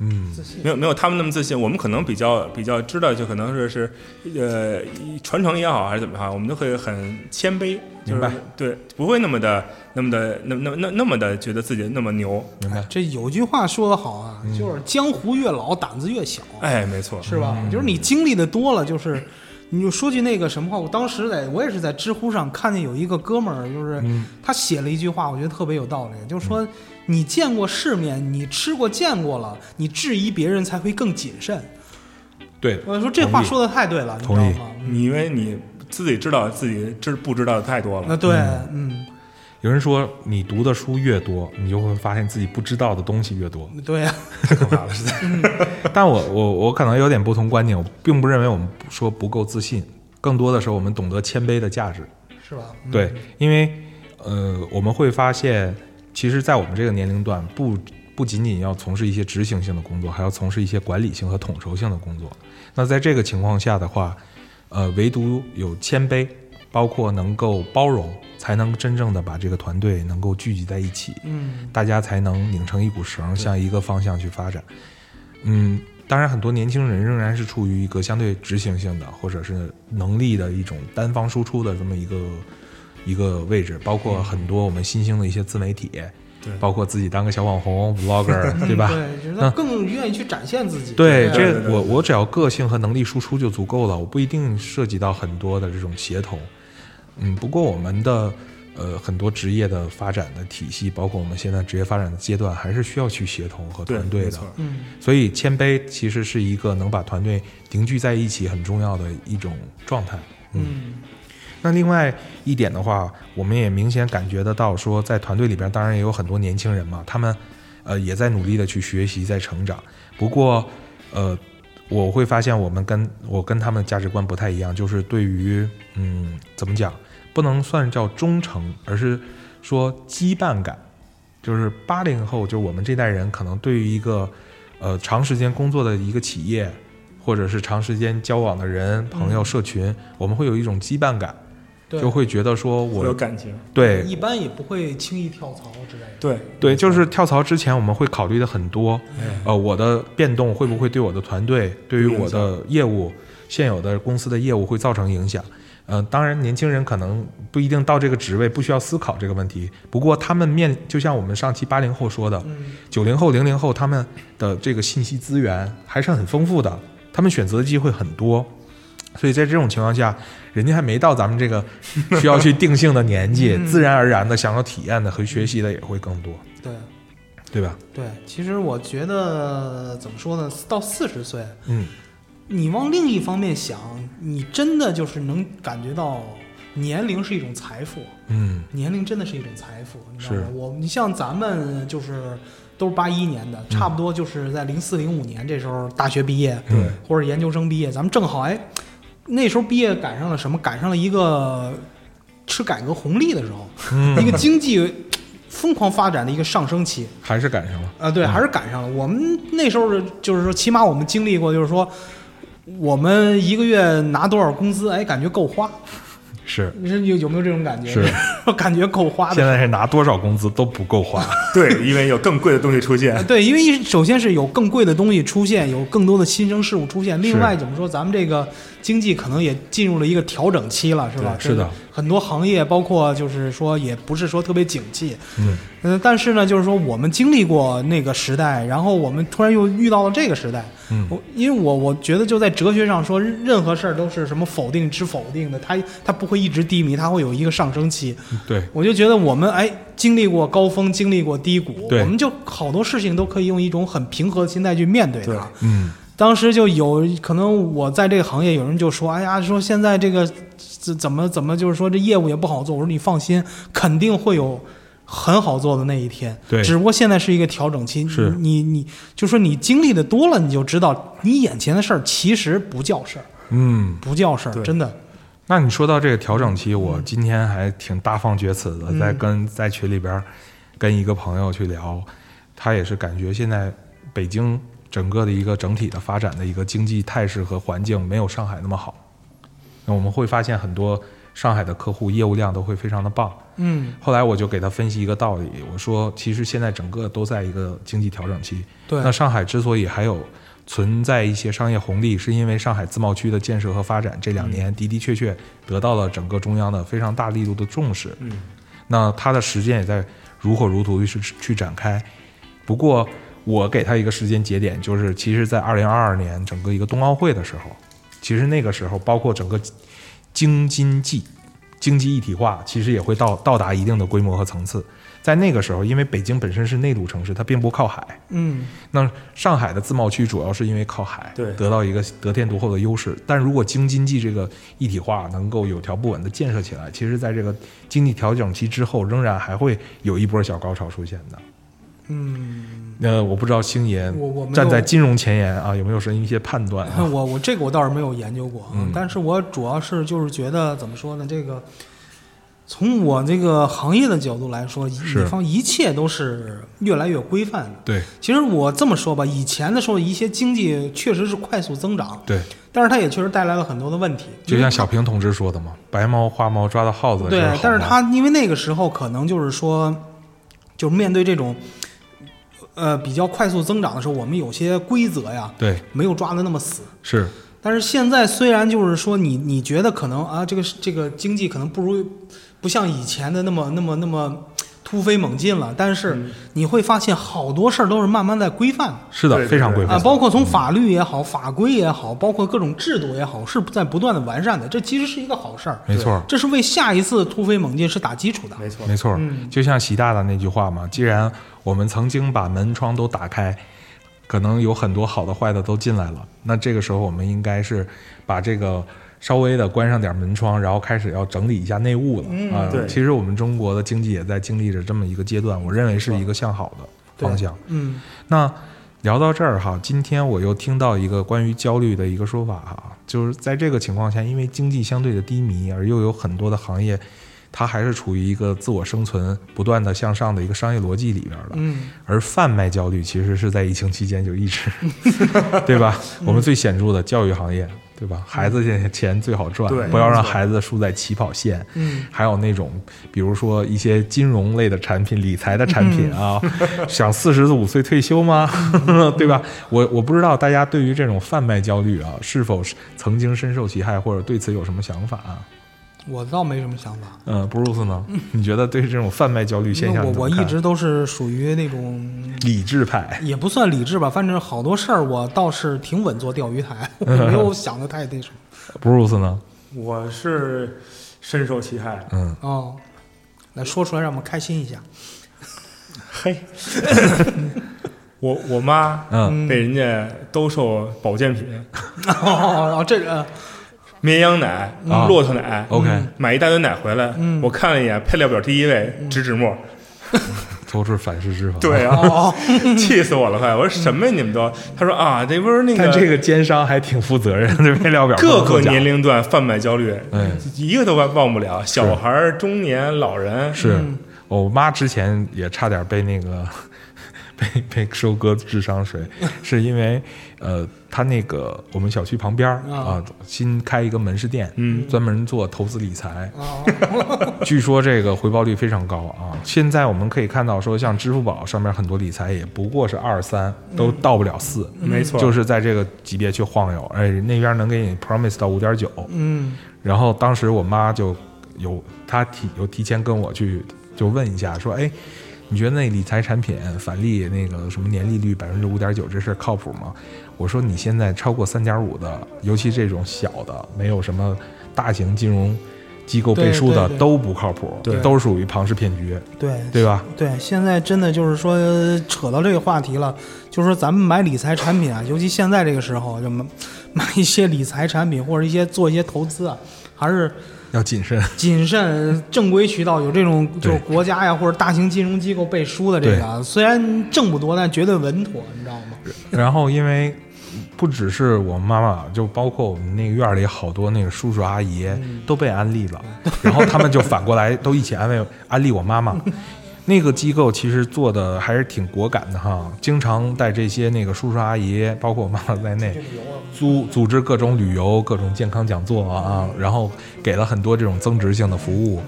Speaker 1: 嗯
Speaker 2: 自信
Speaker 3: 没有没有他们那么自信。我们可能比较比较知道，就可能是是呃一传承也好还是怎么样，我们都会很谦卑，就
Speaker 1: 明白
Speaker 3: 是对，不会那么的那么的那那那那么的觉得自己那么牛。
Speaker 1: 明白。
Speaker 2: 这有句话说得好啊，
Speaker 1: 嗯
Speaker 2: 就是江湖越老胆子越小。
Speaker 3: 哎，没错，
Speaker 2: 是吧？
Speaker 1: 嗯
Speaker 2: 就是你经历的多了，就是你就说句那个什么话，我当时在我也是在知乎上看见有一个哥们儿，就是
Speaker 1: 嗯
Speaker 2: 他写了一句话，我觉得特别有道理，就是说你见过世面，你吃过见过了，你质疑别人才会更谨慎。
Speaker 1: 对的，
Speaker 2: 我说这
Speaker 1: 同
Speaker 2: 话
Speaker 1: 意
Speaker 2: 说的太对了，你知道
Speaker 1: 同意
Speaker 2: 吗？嗯
Speaker 3: 你因为你自己知道自己知不知道的太多
Speaker 2: 那
Speaker 3: 了。
Speaker 2: 对，嗯，
Speaker 1: 有人说，你读的书越多，你就会发现自己不知道的东西越多。
Speaker 2: 对啊，
Speaker 3: 太可怕了，实在。
Speaker 1: 但我我我可能有点不同观点，我并不认为我们说不够自信，更多的时候我们懂得谦卑的价值。
Speaker 2: 是吧？嗯
Speaker 1: 对，因为呃，我们会发现，其实，在我们这个年龄段，不不仅仅要从事一些执行性的工作，还要从事一些管理性和统筹性的工作。那在这个情况下的话，呃，唯独有谦卑，包括能够包容，才能真正的把这个团队能够聚集在一起。
Speaker 2: 嗯，
Speaker 1: 大家才能拧成一股绳儿，向一个方向去发展。嗯，当然，很多年轻人仍然是处于一个相对执行性的，或者是能力的一种单方输出的这么一个一个位置，包括很多我们新兴的一些自媒体，
Speaker 3: 对
Speaker 1: 包括自己当个小网红 vlogger，对吧？
Speaker 2: 嗯对，就是他
Speaker 1: 那
Speaker 2: 更愿意去展现自己。
Speaker 1: 对，
Speaker 2: 啊
Speaker 1: 这
Speaker 3: 对对
Speaker 1: 我我只要个性和能力输出就足够了，我不一定涉及到很多的这种协同。嗯，不过我们的呃很多职业的发展的体系，包括我们现在职业发展的阶段，还是需要去协同和
Speaker 3: 对，
Speaker 1: 团队
Speaker 3: 没
Speaker 1: 的
Speaker 3: 错。。
Speaker 2: 嗯。
Speaker 1: 所以谦卑其实是一个能把团队凝聚在一起很重要的一种状态。
Speaker 2: 嗯，
Speaker 1: 那另外一点的话，我们也明显感觉得到，说在团队里边，当然也有很多年轻人嘛，他们呃也在努力的去学习，在成长。不过，呃，我会发现我们跟我跟他们的价值观不太一样，就是对于嗯怎么讲，不能算叫忠诚，而是说羁绊感。就是八零后，就是我们这代人，可能对于一个呃长时间工作的一个企业，
Speaker 3: 嗯
Speaker 1: 或者是长时间交往的人、朋友、社群，我们会有一种羁绊感。
Speaker 2: 对
Speaker 1: 就会觉得说
Speaker 3: 会有
Speaker 1: 我
Speaker 3: 感情，
Speaker 1: 对
Speaker 2: 一般也不会轻易跳槽之类的。
Speaker 3: 对
Speaker 1: 对，就是跳槽之前我们会考虑的很多，
Speaker 3: 嗯
Speaker 1: 呃，我的变动会不会对我的团队、对于我的业务、现有的公司的业务会造成影响？呃，当然，年轻人可能不一定到这个职位，不需要思考这个问题。不过，他们面就像我们上期八零后说的，
Speaker 2: 嗯，
Speaker 1: 九零后、零零后他们的这个信息资源还是很丰富的，他们选择的机会很多，所以在这种情况下，人家还没到咱们这个需要去定性的年纪，
Speaker 2: 嗯
Speaker 1: 自然而然的想要体验的和学习的也会更多，
Speaker 2: 对
Speaker 1: 对吧？
Speaker 2: 对，其实我觉得怎么说呢，到四十岁，
Speaker 1: 嗯，
Speaker 2: 你往另一方面想，你真的就是能感觉到年龄是一种财富，
Speaker 1: 嗯
Speaker 2: 年龄真的是一种财富，你知道
Speaker 1: 是
Speaker 2: 吗？我你像咱们就是都是八一年的，差不多就是在零四零五年这时候大学毕业，
Speaker 1: 嗯
Speaker 2: 或者研究生毕业，咱们正好哎，那时候毕业赶上了什么？赶上了一个吃改革红利的时候，
Speaker 1: 嗯，
Speaker 2: 一个经济疯狂发展的一个上升期。
Speaker 1: 还是赶上了，
Speaker 2: 啊，对，
Speaker 1: 嗯
Speaker 2: 还是赶上了。我们那时候就是说，起码我们经历过，就是说，我们一个月拿多少工资，哎，感觉够花。
Speaker 1: 是
Speaker 2: 你说有有没有这种感觉？
Speaker 1: 是，
Speaker 2: 感觉够花
Speaker 1: 现
Speaker 2: 的。
Speaker 1: 在是拿多少工资都不够花，
Speaker 3: 对，因为有更贵的东西出现
Speaker 2: 啊，对，因为一首先是有更贵的东西出现，有更多的新生事物出现。另外，怎么说，咱们这个经济可能也进入了一个调整期了，是吧？
Speaker 1: 对是的，
Speaker 2: 很多行业，包括就是说，也不是说特别景气。
Speaker 1: 嗯
Speaker 2: 嗯，但是呢，就是说我们经历过那个时代，然后我们突然又遇到了这个时代。
Speaker 1: 嗯
Speaker 2: 我因为我我觉得就在哲学上说，任任何事儿都是什么否定之否定的，它它不会一直低迷，它会有一个上升期。
Speaker 1: 对
Speaker 2: 我就觉得我们哎，经历过高峰，经历过低谷，
Speaker 1: 对
Speaker 2: 我们就好多事情都可以用一种很平和的心态去面对它。
Speaker 3: 对
Speaker 1: 嗯
Speaker 2: 当时就有可能我在这个行业，有人就说：“哎呀，说现在这个怎怎么怎么就是说这业务也不好做。”我说：“你放心，肯定会有很好做的那一天。
Speaker 1: 对
Speaker 2: 只不过现在是一个调整期。
Speaker 1: 是
Speaker 2: 你你就说你经历的多了，你就知道你眼前的事儿其实不叫事儿，
Speaker 1: 嗯。
Speaker 2: 不叫事儿，
Speaker 3: 对
Speaker 2: 真的。
Speaker 1: 那你说到这个调整期，我今天还挺大放厥词的，在跟在群里边儿跟一个朋友去聊，他也是感觉现在北京整个的一个整体的发展的一个经济态势和环境没有上海那么好。那我们会发现很多上海的客户业务量都会非常的棒。
Speaker 2: 嗯，
Speaker 1: 后来我就给他分析一个道理，我说其实现在整个都在一个经济调整期，
Speaker 2: 对
Speaker 1: 那，上海之所以还有存在一些商业红利，是因为上海自贸区的建设和发展这两年的的确确得到了整个中央的非常大力度的重视。
Speaker 3: 嗯，
Speaker 1: 那它的实践也在如火如荼去去展开。不过，我给它一个时间节点，就是其实在二零二二年整个一个冬奥会的时候，其实那个时候包括整个京津冀经济一体化，其实也会到到达一定的规模和层次。在那个时候，因为北京本身是内陆城市，它并不靠海，
Speaker 2: 嗯，
Speaker 1: 那上海的自贸区主要是因为靠海，
Speaker 3: 对
Speaker 1: 得到一个得天独厚的优势。但如果京津冀这个一体化能够有条不紊的建设起来，其实在这个经济调整期之后，仍然还会有一波小高潮出现的。
Speaker 2: 嗯，
Speaker 1: 那我不知道星爷
Speaker 2: 我我没有
Speaker 1: 站在金融前沿啊，有没有什么一些判断 啊？
Speaker 2: 我我这个我倒是没有研究过啊，
Speaker 1: 嗯
Speaker 2: 但是我主要是就是觉得怎么说呢？这个从我这个行业的角度来说，一
Speaker 1: 是
Speaker 2: 方一切都是越来越规范的。
Speaker 1: 对
Speaker 2: 其实我这么说吧，以前的时候一些经济确实是快速增长，
Speaker 1: 对，
Speaker 2: 但是它也确实带来了很多的问题。
Speaker 1: 就像小平同志说的嘛，“白猫花猫抓到耗子”，
Speaker 2: 对，但是
Speaker 1: 他
Speaker 2: 它因为那个时候可能就是说，就是面对这种呃比较快速增长的时候，我们有些规则呀
Speaker 1: 对
Speaker 2: 没有抓的那么死。
Speaker 1: 是
Speaker 2: 但是现在虽然就是说你你觉得可能啊，这个这个经济可能不如不像以前的那么那么那么突飞猛进了，但
Speaker 1: 嗯
Speaker 2: 是你会发现好多事儿都是慢慢在规范的
Speaker 1: 是的
Speaker 3: 对，对
Speaker 1: 非常规
Speaker 3: 对
Speaker 2: 啊，
Speaker 1: 范。
Speaker 2: 包括从法律也好、法规也好，包括各种制度也好，是在不断的完善的。这其实是一个好事儿，
Speaker 1: 没错，
Speaker 2: 这是为下一次突飞猛进是打基础的。
Speaker 3: 没错，
Speaker 1: 没错，
Speaker 2: 嗯
Speaker 1: 就像习大大那句话嘛，既然我们曾经把门窗都打开，可能有很多好的坏的都进来了，那这个时候我们应该是把这个稍微的关上点门窗，然后开始要整理一下内务了
Speaker 2: 嗯
Speaker 1: 啊、
Speaker 3: 对
Speaker 1: 其实我们中国的经济也在经历着这么一个阶段，我认为是一个向好的
Speaker 2: 对
Speaker 1: 方向。
Speaker 2: 嗯，
Speaker 1: 那聊到这儿哈，今天我又听到一个关于焦虑的一个说法哈，就是在这个情况下，因为经济相对的低迷，而又有很多的行业，它还是处于一个自我生存、不断的向上的一个商业逻辑里边的。
Speaker 2: 嗯，
Speaker 1: 而贩卖焦 虑其实是在疫情期间就一直，对吧？我们最显著的教育行业，对吧？孩子现在钱最好赚，
Speaker 3: 对
Speaker 1: 不要让
Speaker 3: 没错
Speaker 1: 孩子输在起跑线。
Speaker 2: 嗯，
Speaker 1: 还有那种，比如说一些金融类的产品、理财的产品啊，
Speaker 2: 嗯
Speaker 1: 想四十五岁退休吗？ 对吧？我我不知道大家对于这种贩卖焦虑啊，是否是曾经深受其害，或者对此有什么想法、啊？
Speaker 2: 我倒没什么想法。
Speaker 1: 嗯、b r u c e 呢？你觉得对这种贩卖焦虑现
Speaker 2: 那
Speaker 1: 象
Speaker 2: 我
Speaker 1: 你怎么
Speaker 2: 我
Speaker 1: 看，
Speaker 2: 一直都是属于那种，
Speaker 1: 理智派，
Speaker 2: 也不算理智吧，反正好多事儿我倒是挺稳坐钓鱼台，我没
Speaker 1: 嗯
Speaker 2: 有想的太那什么。
Speaker 1: ，Bruce 呢？
Speaker 3: 我是深受其害。
Speaker 1: 嗯，
Speaker 2: 哦，来说出来让我们开心一下。
Speaker 3: 嘿， 我我妈
Speaker 1: 嗯
Speaker 3: 被人家兜售保健品，
Speaker 2: 哦，哦这个
Speaker 3: 绵羊奶、
Speaker 1: 啊
Speaker 3: 骆驼奶，嗯
Speaker 1: ，OK，、
Speaker 3: 买一大堆奶回来，
Speaker 2: 嗯
Speaker 3: 我看了一眼配料表第一位植脂
Speaker 1: 嗯
Speaker 3: 末，
Speaker 1: 都是反式脂肪。
Speaker 3: 对啊，
Speaker 2: 哦，
Speaker 3: 气死我了快！我说什么呀你们都？他说啊，这不是那
Speaker 1: 但
Speaker 3: 个
Speaker 1: 这个奸商还挺负责任， 这配料表不
Speaker 3: 各个
Speaker 1: 能作假
Speaker 3: 年龄段贩卖焦虑，
Speaker 1: 哎
Speaker 3: 一个都忘忘不了，小孩儿、中年、老人，
Speaker 1: 是、
Speaker 2: 嗯
Speaker 1: 我妈之前也差点被那个被 被收割智商税，是因为呃，她那个我们小区旁边儿啊、
Speaker 2: 啊
Speaker 1: 新开一个门市店，
Speaker 3: 嗯，
Speaker 1: 专门做投资理财，
Speaker 2: 哦
Speaker 1: 据说这个回报率非常高啊。现在我们可以看到说，像支付宝上面很多理财也不过是二三，
Speaker 3: 嗯
Speaker 1: 都到不了四。
Speaker 3: 没错，
Speaker 1: 嗯就是在这个级别去晃悠，哎，那边能给你 promise 到五点九，
Speaker 2: 嗯
Speaker 1: 然后当时我妈就有她提有提前跟我去就问一下，说，哎，你觉得那理财产品返利那个什么年利率百分之五点九这事儿靠谱吗？我说你现在超过三点五的，尤其这种小的，没有什么大型金融机构背书的
Speaker 2: 对对对
Speaker 1: 都不靠谱，
Speaker 3: 对
Speaker 1: 都属于庞氏骗局，
Speaker 2: 对
Speaker 1: 对吧？
Speaker 2: 对，现在真的就是说扯到这个话题了，就是说咱们买理财产品啊，尤其现在这个时候，就买买一些理财产品或者一些做一些投资啊，还是
Speaker 1: 要谨慎。
Speaker 2: 谨慎正规渠道，有这种就是国家呀或者大型金融机构背书的这个啊，虽然挣不多，但绝对稳妥，你知道吗？
Speaker 1: 然后因为不只是我妈妈，就包括我们那个院儿里好多那个叔叔阿姨都被安利了，然后他们就反过来都一起安慰安利我妈妈。那个机构其实做的还是挺果敢的哈，经常带这些那个叔叔阿姨，包括我妈妈在内，组组织各种旅游、各种健康讲座啊，然后给了很多这种增值性的服务。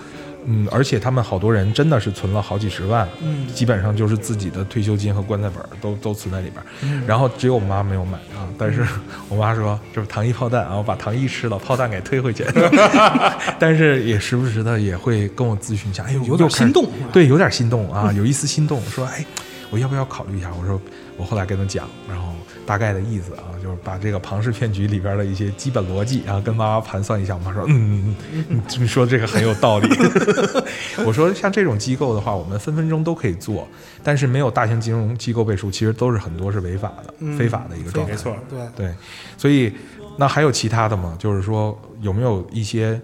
Speaker 1: 嗯，而且他们好多人真的是存了好几十万，
Speaker 2: 嗯
Speaker 1: 基本上就是自己的退休金和棺材本儿都都存在里边儿。
Speaker 2: 嗯
Speaker 1: 然后只有我妈没有买啊，但是 我妈说这不糖衣炮弹啊，我把糖衣吃了，炮弹给退回 去。 但是也时不时的也会跟我咨询一下，哎呦，
Speaker 2: 有点
Speaker 1: 又开始
Speaker 2: 心动啊
Speaker 1: 对，有点心动啊，有一丝心动，说哎，我要不要考虑一下？我说我后来跟他讲，然后大概的意思啊，就是把这个庞氏骗局里边的一些基本逻辑啊，跟妈妈盘算一下。我妈说，嗯，嗯嗯你说这个很有道理。 我说像这种机构的话，我们分分钟都可以做，但是没有大型金融机构背书，其实都是很多是违法的、
Speaker 2: 嗯
Speaker 1: 非法的一个状态。
Speaker 3: 没错，
Speaker 2: 对，
Speaker 1: 对，所以那还有其他的吗？就是说有没有一些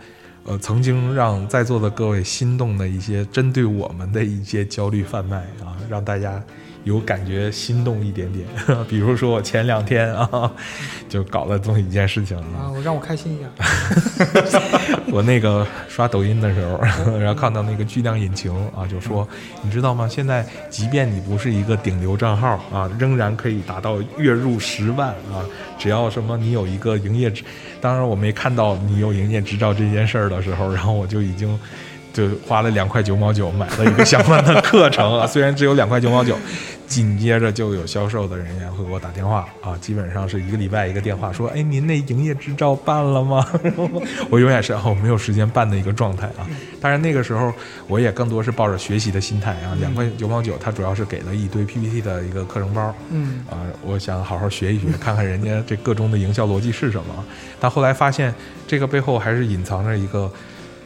Speaker 1: 呃曾经让在座的各位心动的一些针对我们的一些焦虑贩卖啊，让大家有感觉心动一点点？ 比如说我前两天啊，就搞了这么一件事情啊，
Speaker 2: 啊，我让我开心一下。
Speaker 1: 我那个刷抖音的时候， 然后看到那个巨量引擎啊，就说，你知道吗？现在即便你不是一个顶流账号啊，仍然可以达到月入十万啊，只要什么你有一个营业执，当然我没看到你有营业执照这件事儿的时候，然后我就已经。就花了两块九毛九买了一个相关的课程啊， 虽然只有两块九毛九，紧接着就有销售的人员会给我打电话啊，基本上是一个礼拜一个电话，说，哎，您那营业执照办了吗？ 我永远是哦，没有时间办的一个状态啊。当然那个时候我也更多是抱着学习的心态啊，两块九毛九，它主要是给了一堆 PPT 的一个课程包，
Speaker 2: 嗯
Speaker 1: 啊，我想好好学一学，看看人家这个中的营销逻辑是什么。但后来发现，这个背后还是隐藏着一个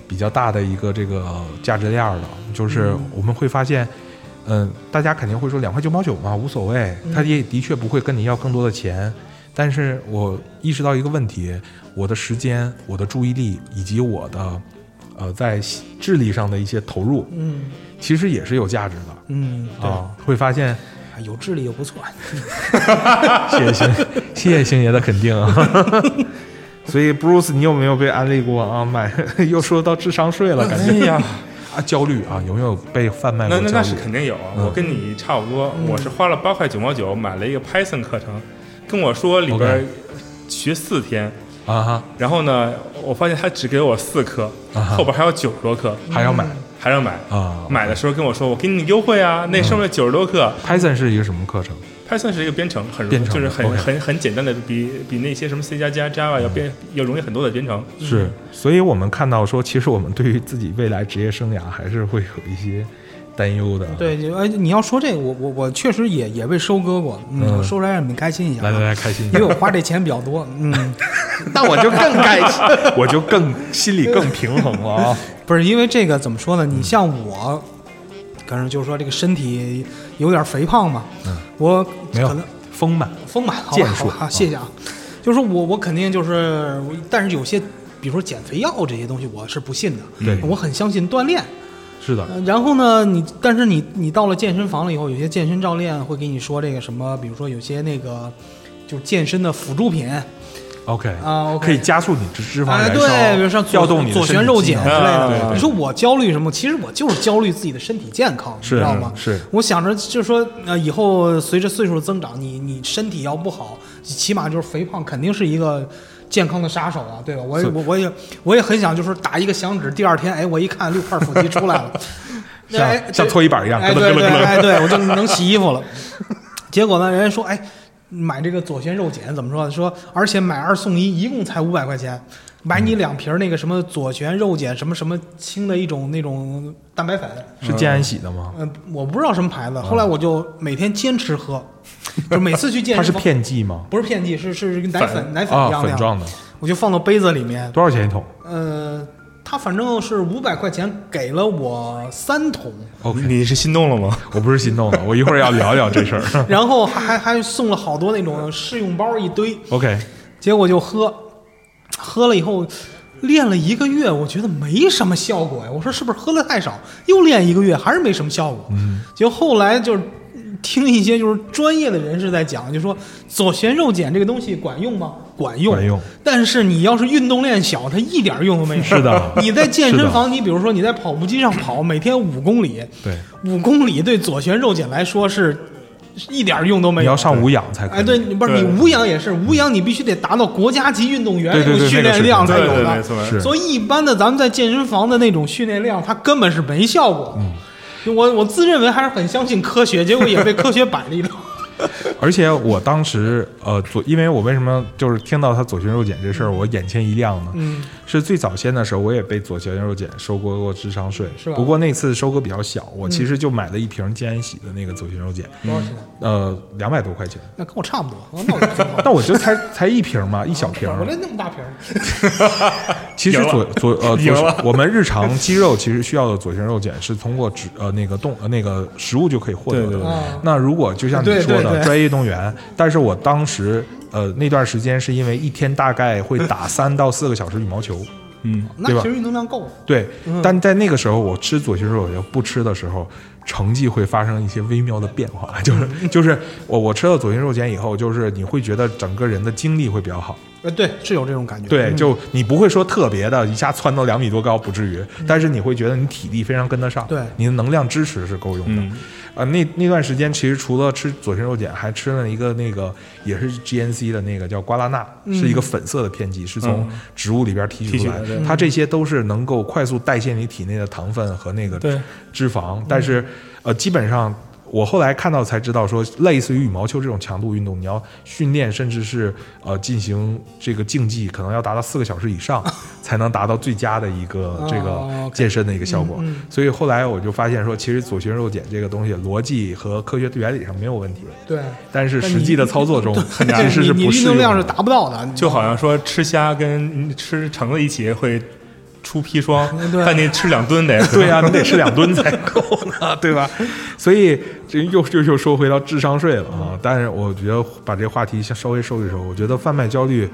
Speaker 1: 比较大的一个这个价值链儿的，就是我们会发现，嗯、大家肯定会说两块九毛九嘛，无所谓，
Speaker 2: 嗯
Speaker 1: 他也的确不会跟你要更多的钱。但是我意识到一个问题，我的时间、我的注意力以及我的呃在智力上的一些投入，
Speaker 2: 嗯
Speaker 1: 其实也是有价值的
Speaker 2: 嗯，对，
Speaker 1: 啊，会发现。
Speaker 2: 啊有智力就不错。
Speaker 1: 谢谢星，谢谢星爷的肯定啊。 所以，Bruce，你有没有被安利过啊？买 又说到智商税了，感
Speaker 3: 哎
Speaker 1: 觉
Speaker 3: 呀，
Speaker 1: 啊，焦虑啊，有没有被贩卖过
Speaker 3: 那那
Speaker 1: 焦
Speaker 3: 那
Speaker 1: 虑
Speaker 3: 是肯定有，
Speaker 1: 嗯
Speaker 3: 我跟你差不多，我是花了八块九毛九买了一个 Python 课程，跟我说里边
Speaker 1: OK
Speaker 3: 学四天，
Speaker 1: 啊哈，
Speaker 3: 然后呢，我发现他只给我四颗，
Speaker 1: 啊哈
Speaker 3: 后边还有九十多颗，
Speaker 1: 还要买
Speaker 3: 还让买。
Speaker 1: 啊。
Speaker 3: 嗯
Speaker 1: 嗯
Speaker 3: 买的时候跟我说，我给你优惠啊，那上面九十多克。
Speaker 1: Python 是一个什么课程？
Speaker 3: Python 是一个编程，很
Speaker 1: 编程
Speaker 3: 就是很
Speaker 1: OK
Speaker 3: 很很简单的，比比那些什么 C 加加、Java 要编要容易很多的编程。
Speaker 1: 是，所以我们看到说，其实我们对于自己未来职业生涯还是会有一些担忧的。，
Speaker 2: 对，就哎，你要说这个，我我我确实也也被收割过，
Speaker 1: 嗯
Speaker 2: 嗯，我收出来让你们开心一下啊，
Speaker 1: 来来来，开心一
Speaker 2: 因
Speaker 1: 下
Speaker 2: 为，我花这钱比较多，嗯，
Speaker 1: 那我就更开 心，我就更心里更平衡了啊。
Speaker 2: 不是因为这个怎么说呢？你像我，可能就是说这个身体有点肥胖嘛，
Speaker 1: 嗯
Speaker 2: 我
Speaker 1: 没
Speaker 2: 可
Speaker 1: 有
Speaker 2: 能
Speaker 1: 丰满，
Speaker 2: 丰满，好吧
Speaker 1: 健
Speaker 2: 好
Speaker 1: 硕
Speaker 2: 吧
Speaker 1: 啊
Speaker 2: 谢谢啊。 就是说我我肯定就是，我但是有些，比如说减肥药这些东西，我是不信的，
Speaker 1: 对
Speaker 2: 我很相信锻炼。
Speaker 1: 是的，
Speaker 2: 呃然后呢，你但是你你到了健身房了以后，有些健身教练会给你说这个什么，比如说有些那个就是健身的辅助品啊
Speaker 1: OK，
Speaker 2: ，OK，
Speaker 1: 可以加速你脂脂肪
Speaker 2: 啊，
Speaker 1: 燃烧，
Speaker 2: 对，比如像
Speaker 1: 调
Speaker 2: 左
Speaker 1: 动你的
Speaker 2: 左
Speaker 1: 身
Speaker 2: 旋
Speaker 1: 体
Speaker 2: 肉
Speaker 1: 机
Speaker 2: 碱
Speaker 1: 能
Speaker 2: 之类
Speaker 3: 啊对
Speaker 2: 的。
Speaker 1: 对
Speaker 2: 你说我焦虑什么？其实我就是焦虑自己的身体健康，你
Speaker 1: 是啊
Speaker 2: 知道吗？
Speaker 1: 是
Speaker 2: 我想着就是说，呃，以后随着岁数的增长，你你身体要不好，起码就是肥胖肯定是一个。健康的杀手啊，对吧？我也
Speaker 1: 是
Speaker 2: 我我也我也很想，就是打一个响指，第二天，哎，我一看六块腹肌出来 了，哎
Speaker 1: 像像搓衣板一样，咯
Speaker 2: 哎，
Speaker 1: 噔
Speaker 2: 对
Speaker 1: 咯噔
Speaker 2: 对，
Speaker 1: 咯噔。
Speaker 2: 哎，对我就能洗衣服了。结果呢，人家说，哎，买这个左旋肉碱怎么说？说而且买二送一，一共才五百块钱，买
Speaker 1: 嗯
Speaker 2: 你两瓶那个什么左旋肉碱什么什么轻的一种那种蛋白粉，
Speaker 1: 是建安喜的吗？
Speaker 2: 嗯、我不知道什么牌子。后来我就每天坚持喝，就每次去健
Speaker 1: 嗯它
Speaker 2: 身
Speaker 1: 是
Speaker 2: 房，
Speaker 1: 片剂吗？
Speaker 2: 不是片剂，是是跟奶
Speaker 3: 粉
Speaker 2: 粉奶粉一
Speaker 1: 啊，
Speaker 2: 样的
Speaker 1: 粉
Speaker 2: 呀，
Speaker 1: 状的，
Speaker 2: 我就放到杯子里面，
Speaker 1: 多少钱一桶
Speaker 2: 呃。他反正是五百块钱给了我三桶，
Speaker 1: ？OK，
Speaker 3: 你是心动了吗？
Speaker 1: 我不是心动的，我一会儿要聊聊这事 儿。
Speaker 2: 然后还还还送了好多那种试用包一堆，
Speaker 1: OK，
Speaker 2: 结果就喝，喝了以后练了一个月，我觉得没什么效果呀。我说是不是喝的太少？又练一个月还是没什么效果。
Speaker 1: 嗯，
Speaker 2: 结果后来就是嗯听一些就是专业的人士在讲，就说左旋肉碱这个东西管用吗？管用，
Speaker 1: 管用。
Speaker 2: 但是你要是运动量小，它一点用都没有。
Speaker 1: 是的
Speaker 2: 你在健身房，你比如说你在跑步机上跑，每天五公里，
Speaker 1: 对，
Speaker 2: 五公里对左旋肉碱来说是是一点用都没
Speaker 1: 你
Speaker 2: 有。
Speaker 1: 要上无氧才可以。
Speaker 2: 哎，对，你不是
Speaker 3: 对
Speaker 2: 你无氧也是无氧，你必须得达到国家级运动员
Speaker 1: 对对 对那
Speaker 2: 训
Speaker 1: 个
Speaker 2: 练
Speaker 1: 是
Speaker 2: 量才
Speaker 3: 对
Speaker 2: 有
Speaker 3: 对，没
Speaker 2: 的。
Speaker 3: 错，
Speaker 1: 是
Speaker 2: 所以一般的咱们在健身房的那种训练量，它根本是没效果。嗯，我我自认为还是很相信科学，结果也被科学摆 了一道。
Speaker 1: 而且我当时呃左，因为我为什么就是听到他左旋肉碱这事儿，我眼前一亮呢？
Speaker 2: 嗯，
Speaker 1: 是最早先的时候，我也被左旋肉碱收割过智商税，
Speaker 2: 是吧嗯
Speaker 1: 不过那次收割比较小，我其实就买了一瓶健安喜的那个左旋肉碱，
Speaker 2: 多少钱？
Speaker 1: 呃，两百多块钱。
Speaker 2: 那跟我差不多，那我就挺好
Speaker 1: 但我就才才一瓶嘛，一小瓶儿。
Speaker 2: 我这那么大瓶儿，
Speaker 1: 其实
Speaker 3: 赢了
Speaker 1: 左左呃
Speaker 3: 赢
Speaker 1: 左
Speaker 3: 了，
Speaker 1: 我们日常肌肉其实需要的左旋肉碱是通过脂呃那个动呃那个食物就可以获得
Speaker 3: 对对
Speaker 1: 的
Speaker 3: 对。
Speaker 2: 啊
Speaker 1: 那如果就像你
Speaker 2: 对
Speaker 1: 说
Speaker 2: 对
Speaker 1: 的
Speaker 2: 对
Speaker 1: 专业运动员，但是我当时呃那段时间是因为一天大概会 打三到四个小时羽毛球，
Speaker 3: 嗯，
Speaker 2: 那
Speaker 1: 对吧
Speaker 2: 其实运动量够了。
Speaker 1: 对，但在那个时候我吃左旋肉碱不吃的时候，成绩会发生一些微妙的变化， 就是就是我我吃了左旋肉碱以后，就是你会觉得整个人的精力会比较好。
Speaker 2: 呃，对，是有这种感觉。
Speaker 1: 对，
Speaker 2: 嗯
Speaker 1: 就你不会说特别的，一下窜到两米多高不至于，但是你会觉得你体力非常跟得上，
Speaker 2: 对
Speaker 1: 你的能量支持是够用的。
Speaker 3: 嗯
Speaker 1: 啊，那那段时间其实除了吃左旋肉碱，还吃了一个那个也是 GNC 的那个叫瓜拉纳，是一个粉色的片剂，是从
Speaker 3: 嗯
Speaker 1: 植物里边提取出来
Speaker 3: 提
Speaker 1: 的。
Speaker 3: 取的
Speaker 2: 嗯
Speaker 3: 对
Speaker 1: 它这些都是能够快速代谢你体内的糖分和那个
Speaker 3: 对
Speaker 1: 脂
Speaker 2: 嗯
Speaker 1: 肪，但是呃，基本上我后来看到才知道说，类似于羽毛球这种强度运动，你要训练甚至是呃进行这个竞技，可能要达到四个小时以 上才能达到最佳的一个
Speaker 2: 哦
Speaker 1: 这个
Speaker 2: OK
Speaker 1: 健身的一个效果
Speaker 2: 嗯嗯。
Speaker 1: 所以后来我就发现说，其实左旋肉碱这个东西逻辑和科学原理上没有问题，
Speaker 2: 对，
Speaker 1: 但是
Speaker 2: 但
Speaker 1: 实
Speaker 2: 你
Speaker 1: 际的操作中
Speaker 2: 对
Speaker 1: 其实是
Speaker 2: 你
Speaker 1: 不
Speaker 2: 你
Speaker 1: 适
Speaker 2: 运动量
Speaker 1: 用
Speaker 2: 是
Speaker 1: 的。
Speaker 2: 达不到的，你
Speaker 3: 就好像说吃虾跟吃橙子一起会出 砒霜，
Speaker 2: 对
Speaker 3: 但你吃两吨得。
Speaker 1: 对啊呀、你得吃两吨才够 呢，对吧？所以这又又又说回到智商税了啊！但是我觉得把这话题先稍微收一收，我觉得贩卖焦虑，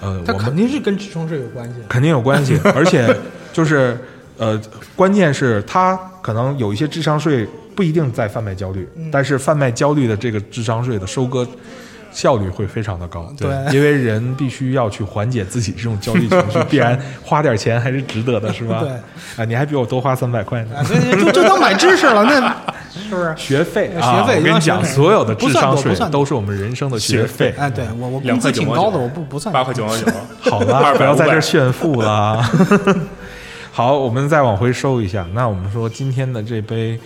Speaker 1: 呃，
Speaker 2: 它
Speaker 1: 我们
Speaker 2: 肯定是跟智商税有关系的。
Speaker 1: 肯定有关 系，而且就是呃，关键是他可能有一些智商税不一定在贩卖焦虑，
Speaker 2: 嗯
Speaker 1: 但是贩卖焦虑的这个智商税的收割。效率会非常的高，
Speaker 2: 对
Speaker 1: 因为人必须要去缓解自己这种焦虑 情绪，必然花点钱还是值得的，是吧？
Speaker 2: 对 哎
Speaker 1: 啊，你还比我多花三百块呢。
Speaker 2: 啊，对，就就当买知识了。那 是不是？
Speaker 1: 学费啊，
Speaker 2: 学费
Speaker 1: 我跟你
Speaker 2: 要
Speaker 1: 讲，
Speaker 2: 学费
Speaker 1: 所有的智商
Speaker 2: 不算多不
Speaker 1: 税
Speaker 2: 算多
Speaker 1: 都是我们人生的学费。
Speaker 2: 哎，对我我
Speaker 3: 两
Speaker 2: 工
Speaker 3: 块
Speaker 2: 资
Speaker 3: 九
Speaker 2: 挺
Speaker 3: 毛
Speaker 2: 高的，
Speaker 3: 九
Speaker 2: 我不不算
Speaker 3: 八块九毛九，
Speaker 1: 好了，
Speaker 3: 200
Speaker 1: 不要在这
Speaker 3: 500
Speaker 1: 儿炫富了。好，我们再往回收一下。那我们说今天的这杯，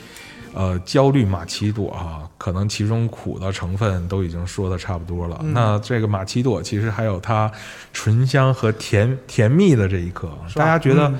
Speaker 1: 呃，焦虑玛奇朵啊，可能其中苦的成分都已经说的差不多
Speaker 2: 嗯
Speaker 1: 了。那这个玛奇朵其实还有它醇香和甜甜蜜的这一刻啊，大家觉得，
Speaker 2: 嗯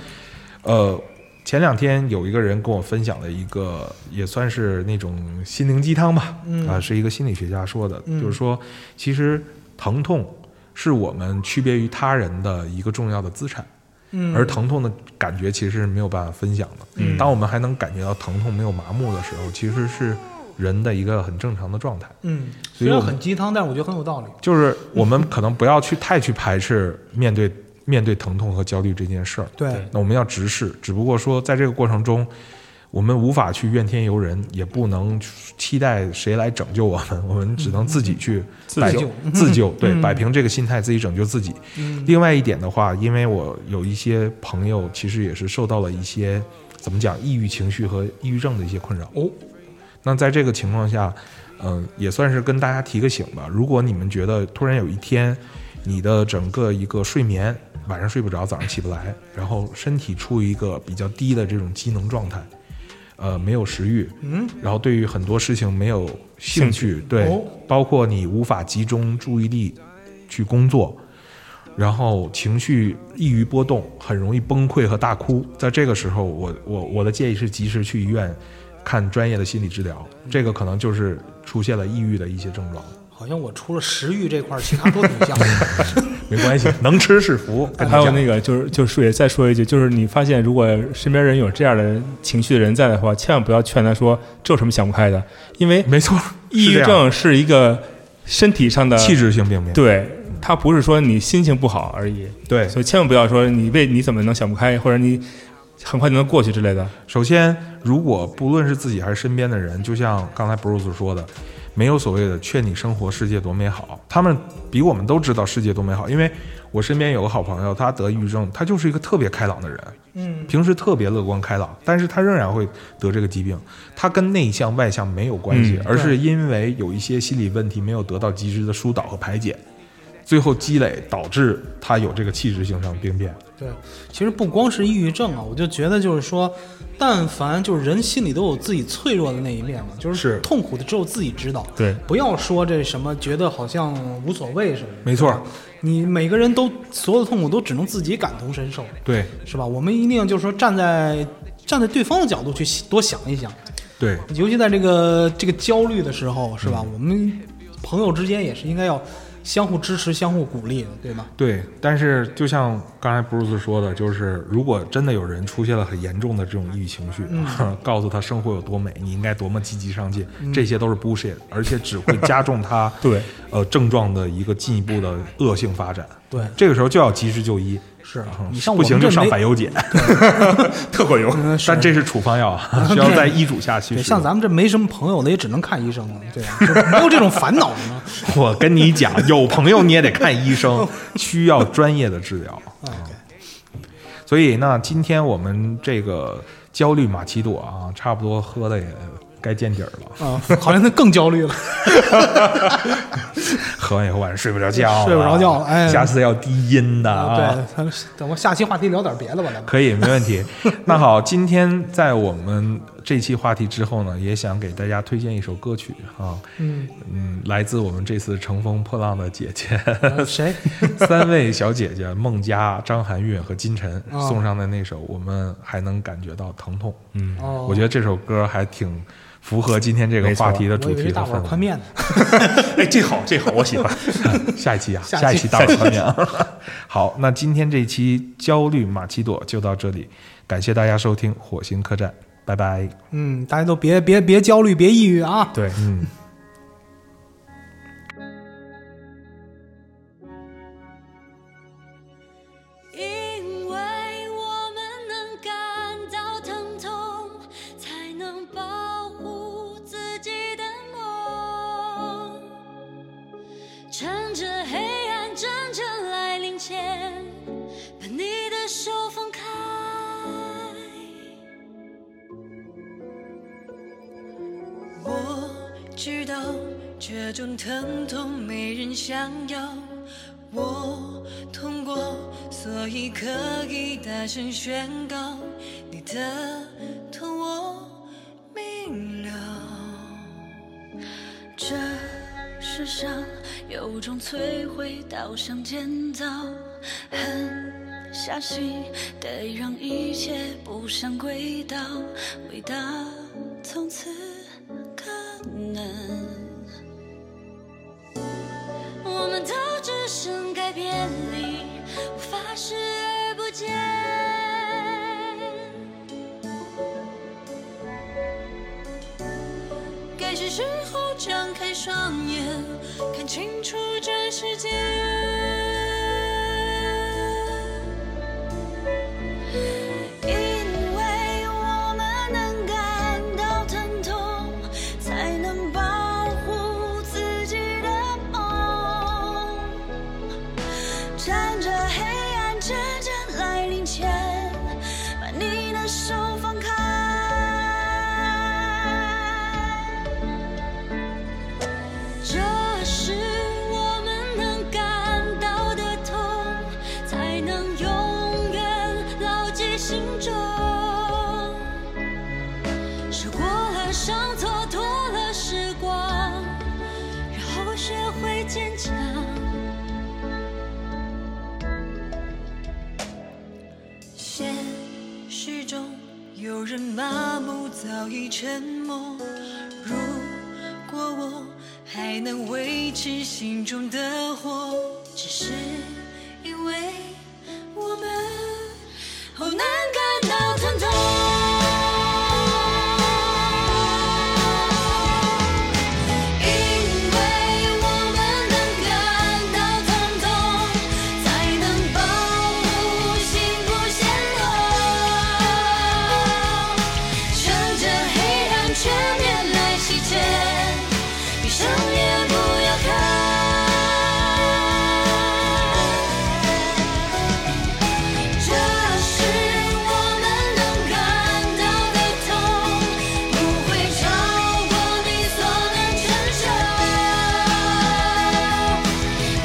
Speaker 1: 呃。前两天有一个人跟我分享了一个，也算是那种心灵鸡汤吧，
Speaker 2: 嗯
Speaker 1: 啊，是一个心理学家说的，
Speaker 2: 嗯
Speaker 1: 就是说，其实疼痛是我们区别于他人的一个重要的资产，
Speaker 2: 嗯，
Speaker 1: 而疼痛的感觉其实是没有办法分享的。
Speaker 3: 嗯
Speaker 1: 当我们还能感觉到疼痛没有麻木的时候，其实是人的一个很正常的状态。
Speaker 2: 嗯，
Speaker 1: 所
Speaker 2: 虽
Speaker 1: 以我
Speaker 2: 然
Speaker 1: 们
Speaker 2: 很鸡汤，但是我觉得很有道理。
Speaker 1: 就是我们可能不要去太去排斥面对面对疼痛和焦虑这件事儿，
Speaker 2: 对
Speaker 3: 对，
Speaker 1: 那我们要直视，只不过说在这个过程中，我们无法去怨天尤人，也不能期待谁来拯救我们，我们只能自己去
Speaker 3: 自
Speaker 1: 摆
Speaker 2: 嗯救
Speaker 1: 自救，对，
Speaker 2: 嗯
Speaker 1: 摆平这个心态，自己拯救自己。
Speaker 2: 嗯
Speaker 1: 另外一点的话，因为我有一些朋友其实也是受到了一些怎么讲抑郁情绪和抑郁症的一些困扰。
Speaker 2: 哦，
Speaker 1: 那在这个情况下，嗯、也算是跟大家提个醒吧。如果你们觉得突然有一天，你的整个一个睡眠晚上睡不着，早上起不来，然后身体处于一个比较低的这种机能状态，呃，没有食欲，
Speaker 2: 嗯，
Speaker 1: 然后对于很多事情没有兴趣，对，
Speaker 2: 哦
Speaker 1: 包括你无法集中注意力去工作，然后情绪易于波动，很容易崩溃和大哭。在这个时候，我我我的建议是及时去医院看专业的心理治疗，这个可能就是出现了抑郁的一些症状。
Speaker 2: 好像我除了食欲这块儿，其他都挺像的。
Speaker 1: 没关系，能吃是福。跟你
Speaker 3: 还有
Speaker 1: 讲
Speaker 3: 那个就是就是也再说一句，就是你发现如果身边人有这样的情绪的人在的话，千万不要劝他说这有什么想不开的，因为
Speaker 1: 没错，嗯
Speaker 3: 抑
Speaker 1: 是
Speaker 3: 郁
Speaker 1: 这样
Speaker 3: 症是一个身体上的
Speaker 1: 气质性病变，
Speaker 3: 对，它不是说你心情不好而已，
Speaker 1: 对
Speaker 3: 所以千万不要说你为你怎么能想不开，或者你很快就能过去之类的。
Speaker 1: 首先，如果不论是自己还是身边的人，就像刚才 Bruce 说的，没有所谓的劝你生活世界多美好，他们比我们都知道世界多美好。因为我身边有个好朋友，他得抑郁症，他就是一个特别开朗的人，
Speaker 2: 嗯
Speaker 1: 平时特别乐观开朗，但是他仍然会得这个疾病。他跟内向外向没有关系，
Speaker 3: 嗯
Speaker 1: 而是因为有一些心理问题没有得到及时的疏导和排解，最后积累导致他有这个器质性上病变。
Speaker 2: 对，其实不光是抑郁症啊，我就觉得就是说，但凡就是人心里都有自己脆弱的那一面嘛，就是
Speaker 1: 是
Speaker 2: 痛苦的只有自己知道。
Speaker 3: 对
Speaker 2: 不要说这什么觉得好像无所谓似的。
Speaker 1: 没错
Speaker 2: 对吧，你每个人都所有的痛苦都只能自己感同身受，
Speaker 1: 对
Speaker 2: 是吧？我们一定就是说站在站在对方的角度去多想一想，
Speaker 1: 对，
Speaker 2: 尤其在这个这个焦虑的时候，是吧？
Speaker 1: 嗯
Speaker 2: 我们朋友之间也是应该要相互支持、相互鼓励的，对吗？
Speaker 1: 对，但是就像刚才 Bruce 说的，就是如果真的有人出现了很严重的这种抑郁情绪，
Speaker 2: 嗯
Speaker 1: 告诉他生活有多美，你应该多么积极上进，
Speaker 2: 嗯
Speaker 1: 这些都是 bullshit，而且只会加重 他
Speaker 3: 对
Speaker 1: 呃症状的一个进一步的恶性发展。
Speaker 2: 对
Speaker 1: 这个时候就要及时就医，
Speaker 2: 是
Speaker 1: 嗯
Speaker 2: 你像我
Speaker 1: 不
Speaker 2: 们
Speaker 1: 行
Speaker 2: 这
Speaker 1: 就上
Speaker 2: 没
Speaker 1: 百忧解，
Speaker 3: 特管用。
Speaker 2: 嗯， 是
Speaker 1: 但这是处方 药啊，需要在医嘱下去
Speaker 2: 对，
Speaker 1: 使用。
Speaker 2: 像咱们这没什么朋友的，也只能看医生了，对啊，就没有这种烦恼呢。
Speaker 1: 我跟你讲，有朋友你也得看医 生，需要专业的治疗。啊
Speaker 2: 哎
Speaker 1: 所以那今天我们这个焦虑玛奇朵啊，差不多喝的也该见底儿了，
Speaker 2: 对啊，好像他更焦 虑了。
Speaker 1: 喝完以后晚上睡不着觉了，啊
Speaker 2: 睡不着觉了哎
Speaker 1: 下次要低音的啊。
Speaker 2: 对，咱咱们下期话题聊点别的吧，咱们。
Speaker 1: 可以，没问 题。那好，今天在我们这期话题之后呢，也想给大家推荐一首歌曲啊，
Speaker 2: 嗯，
Speaker 1: 嗯，来自我们这次乘风破浪的姐姐，
Speaker 2: 呃 谁？
Speaker 1: 三位小姐姐孟佳、张含韵和金晨
Speaker 2: 啊
Speaker 1: 送上的那首《我们还能感觉到疼痛》，嗯
Speaker 2: 哦
Speaker 1: 我觉得这首歌还挺符合今天这个
Speaker 3: 没错
Speaker 1: 话题的
Speaker 2: 我
Speaker 1: 主
Speaker 2: 以为
Speaker 1: 题
Speaker 2: 是
Speaker 1: 和
Speaker 2: 大碗
Speaker 1: 氛
Speaker 2: 宽
Speaker 1: 围。
Speaker 2: 面呢。
Speaker 3: 哎，这好，这好，我喜欢。
Speaker 1: 下一期啊，
Speaker 2: 下
Speaker 1: 下一
Speaker 2: 期
Speaker 1: 期大碗宽面 啊。好，那今天这期焦虑玛奇朵就到这里，感谢大家收听火星客栈，拜拜。
Speaker 2: 嗯，大家都别别别焦虑，别抑郁啊。
Speaker 3: 对。
Speaker 1: 嗯。
Speaker 4: 因为我们能感到疼痛，才能保护自己的梦。趁着黑暗真正来临前，把你的手放开。知道这种疼痛没人想要。我痛过，所以可以大声宣告，你的痛我明了。这世上有种摧毁到想建造，狠下心得让一切不上轨道，味道从此可能。我们都只剩改变力，无法视而不见。该是时候张开双眼，看清楚这世界。因为我们能感到疼痛，才能保护自己的梦。趁着黑暗渐渐来临前，把你的手放开。这是我们能感到的痛，才能永远牢记心中。受过了伤，蹉跎了时光，然后学会坚强。现实中有人麻木，早已沉默。如果我还能维持心中的火，只是因为我们好难感到疼痛。因为我们能感到疼痛，才能保护幸福显露。趁着黑暗全面来袭前，闭上眼不要看。这是我们能感到的痛，不会超过你所能承受。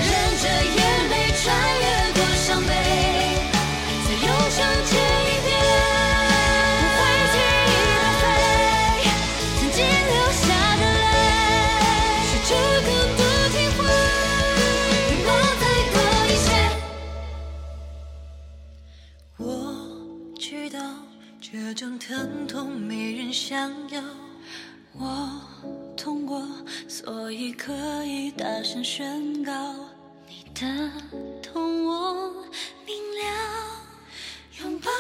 Speaker 4: 忍着眼泪，穿越过伤悲，才又向前一遍。不会轻易浪费曾经流下的泪，试着更多体会，拥抱再多一些。我知道这种疼痛没人想要，我痛过，所以可以大声宣告，你的痛我明了，拥抱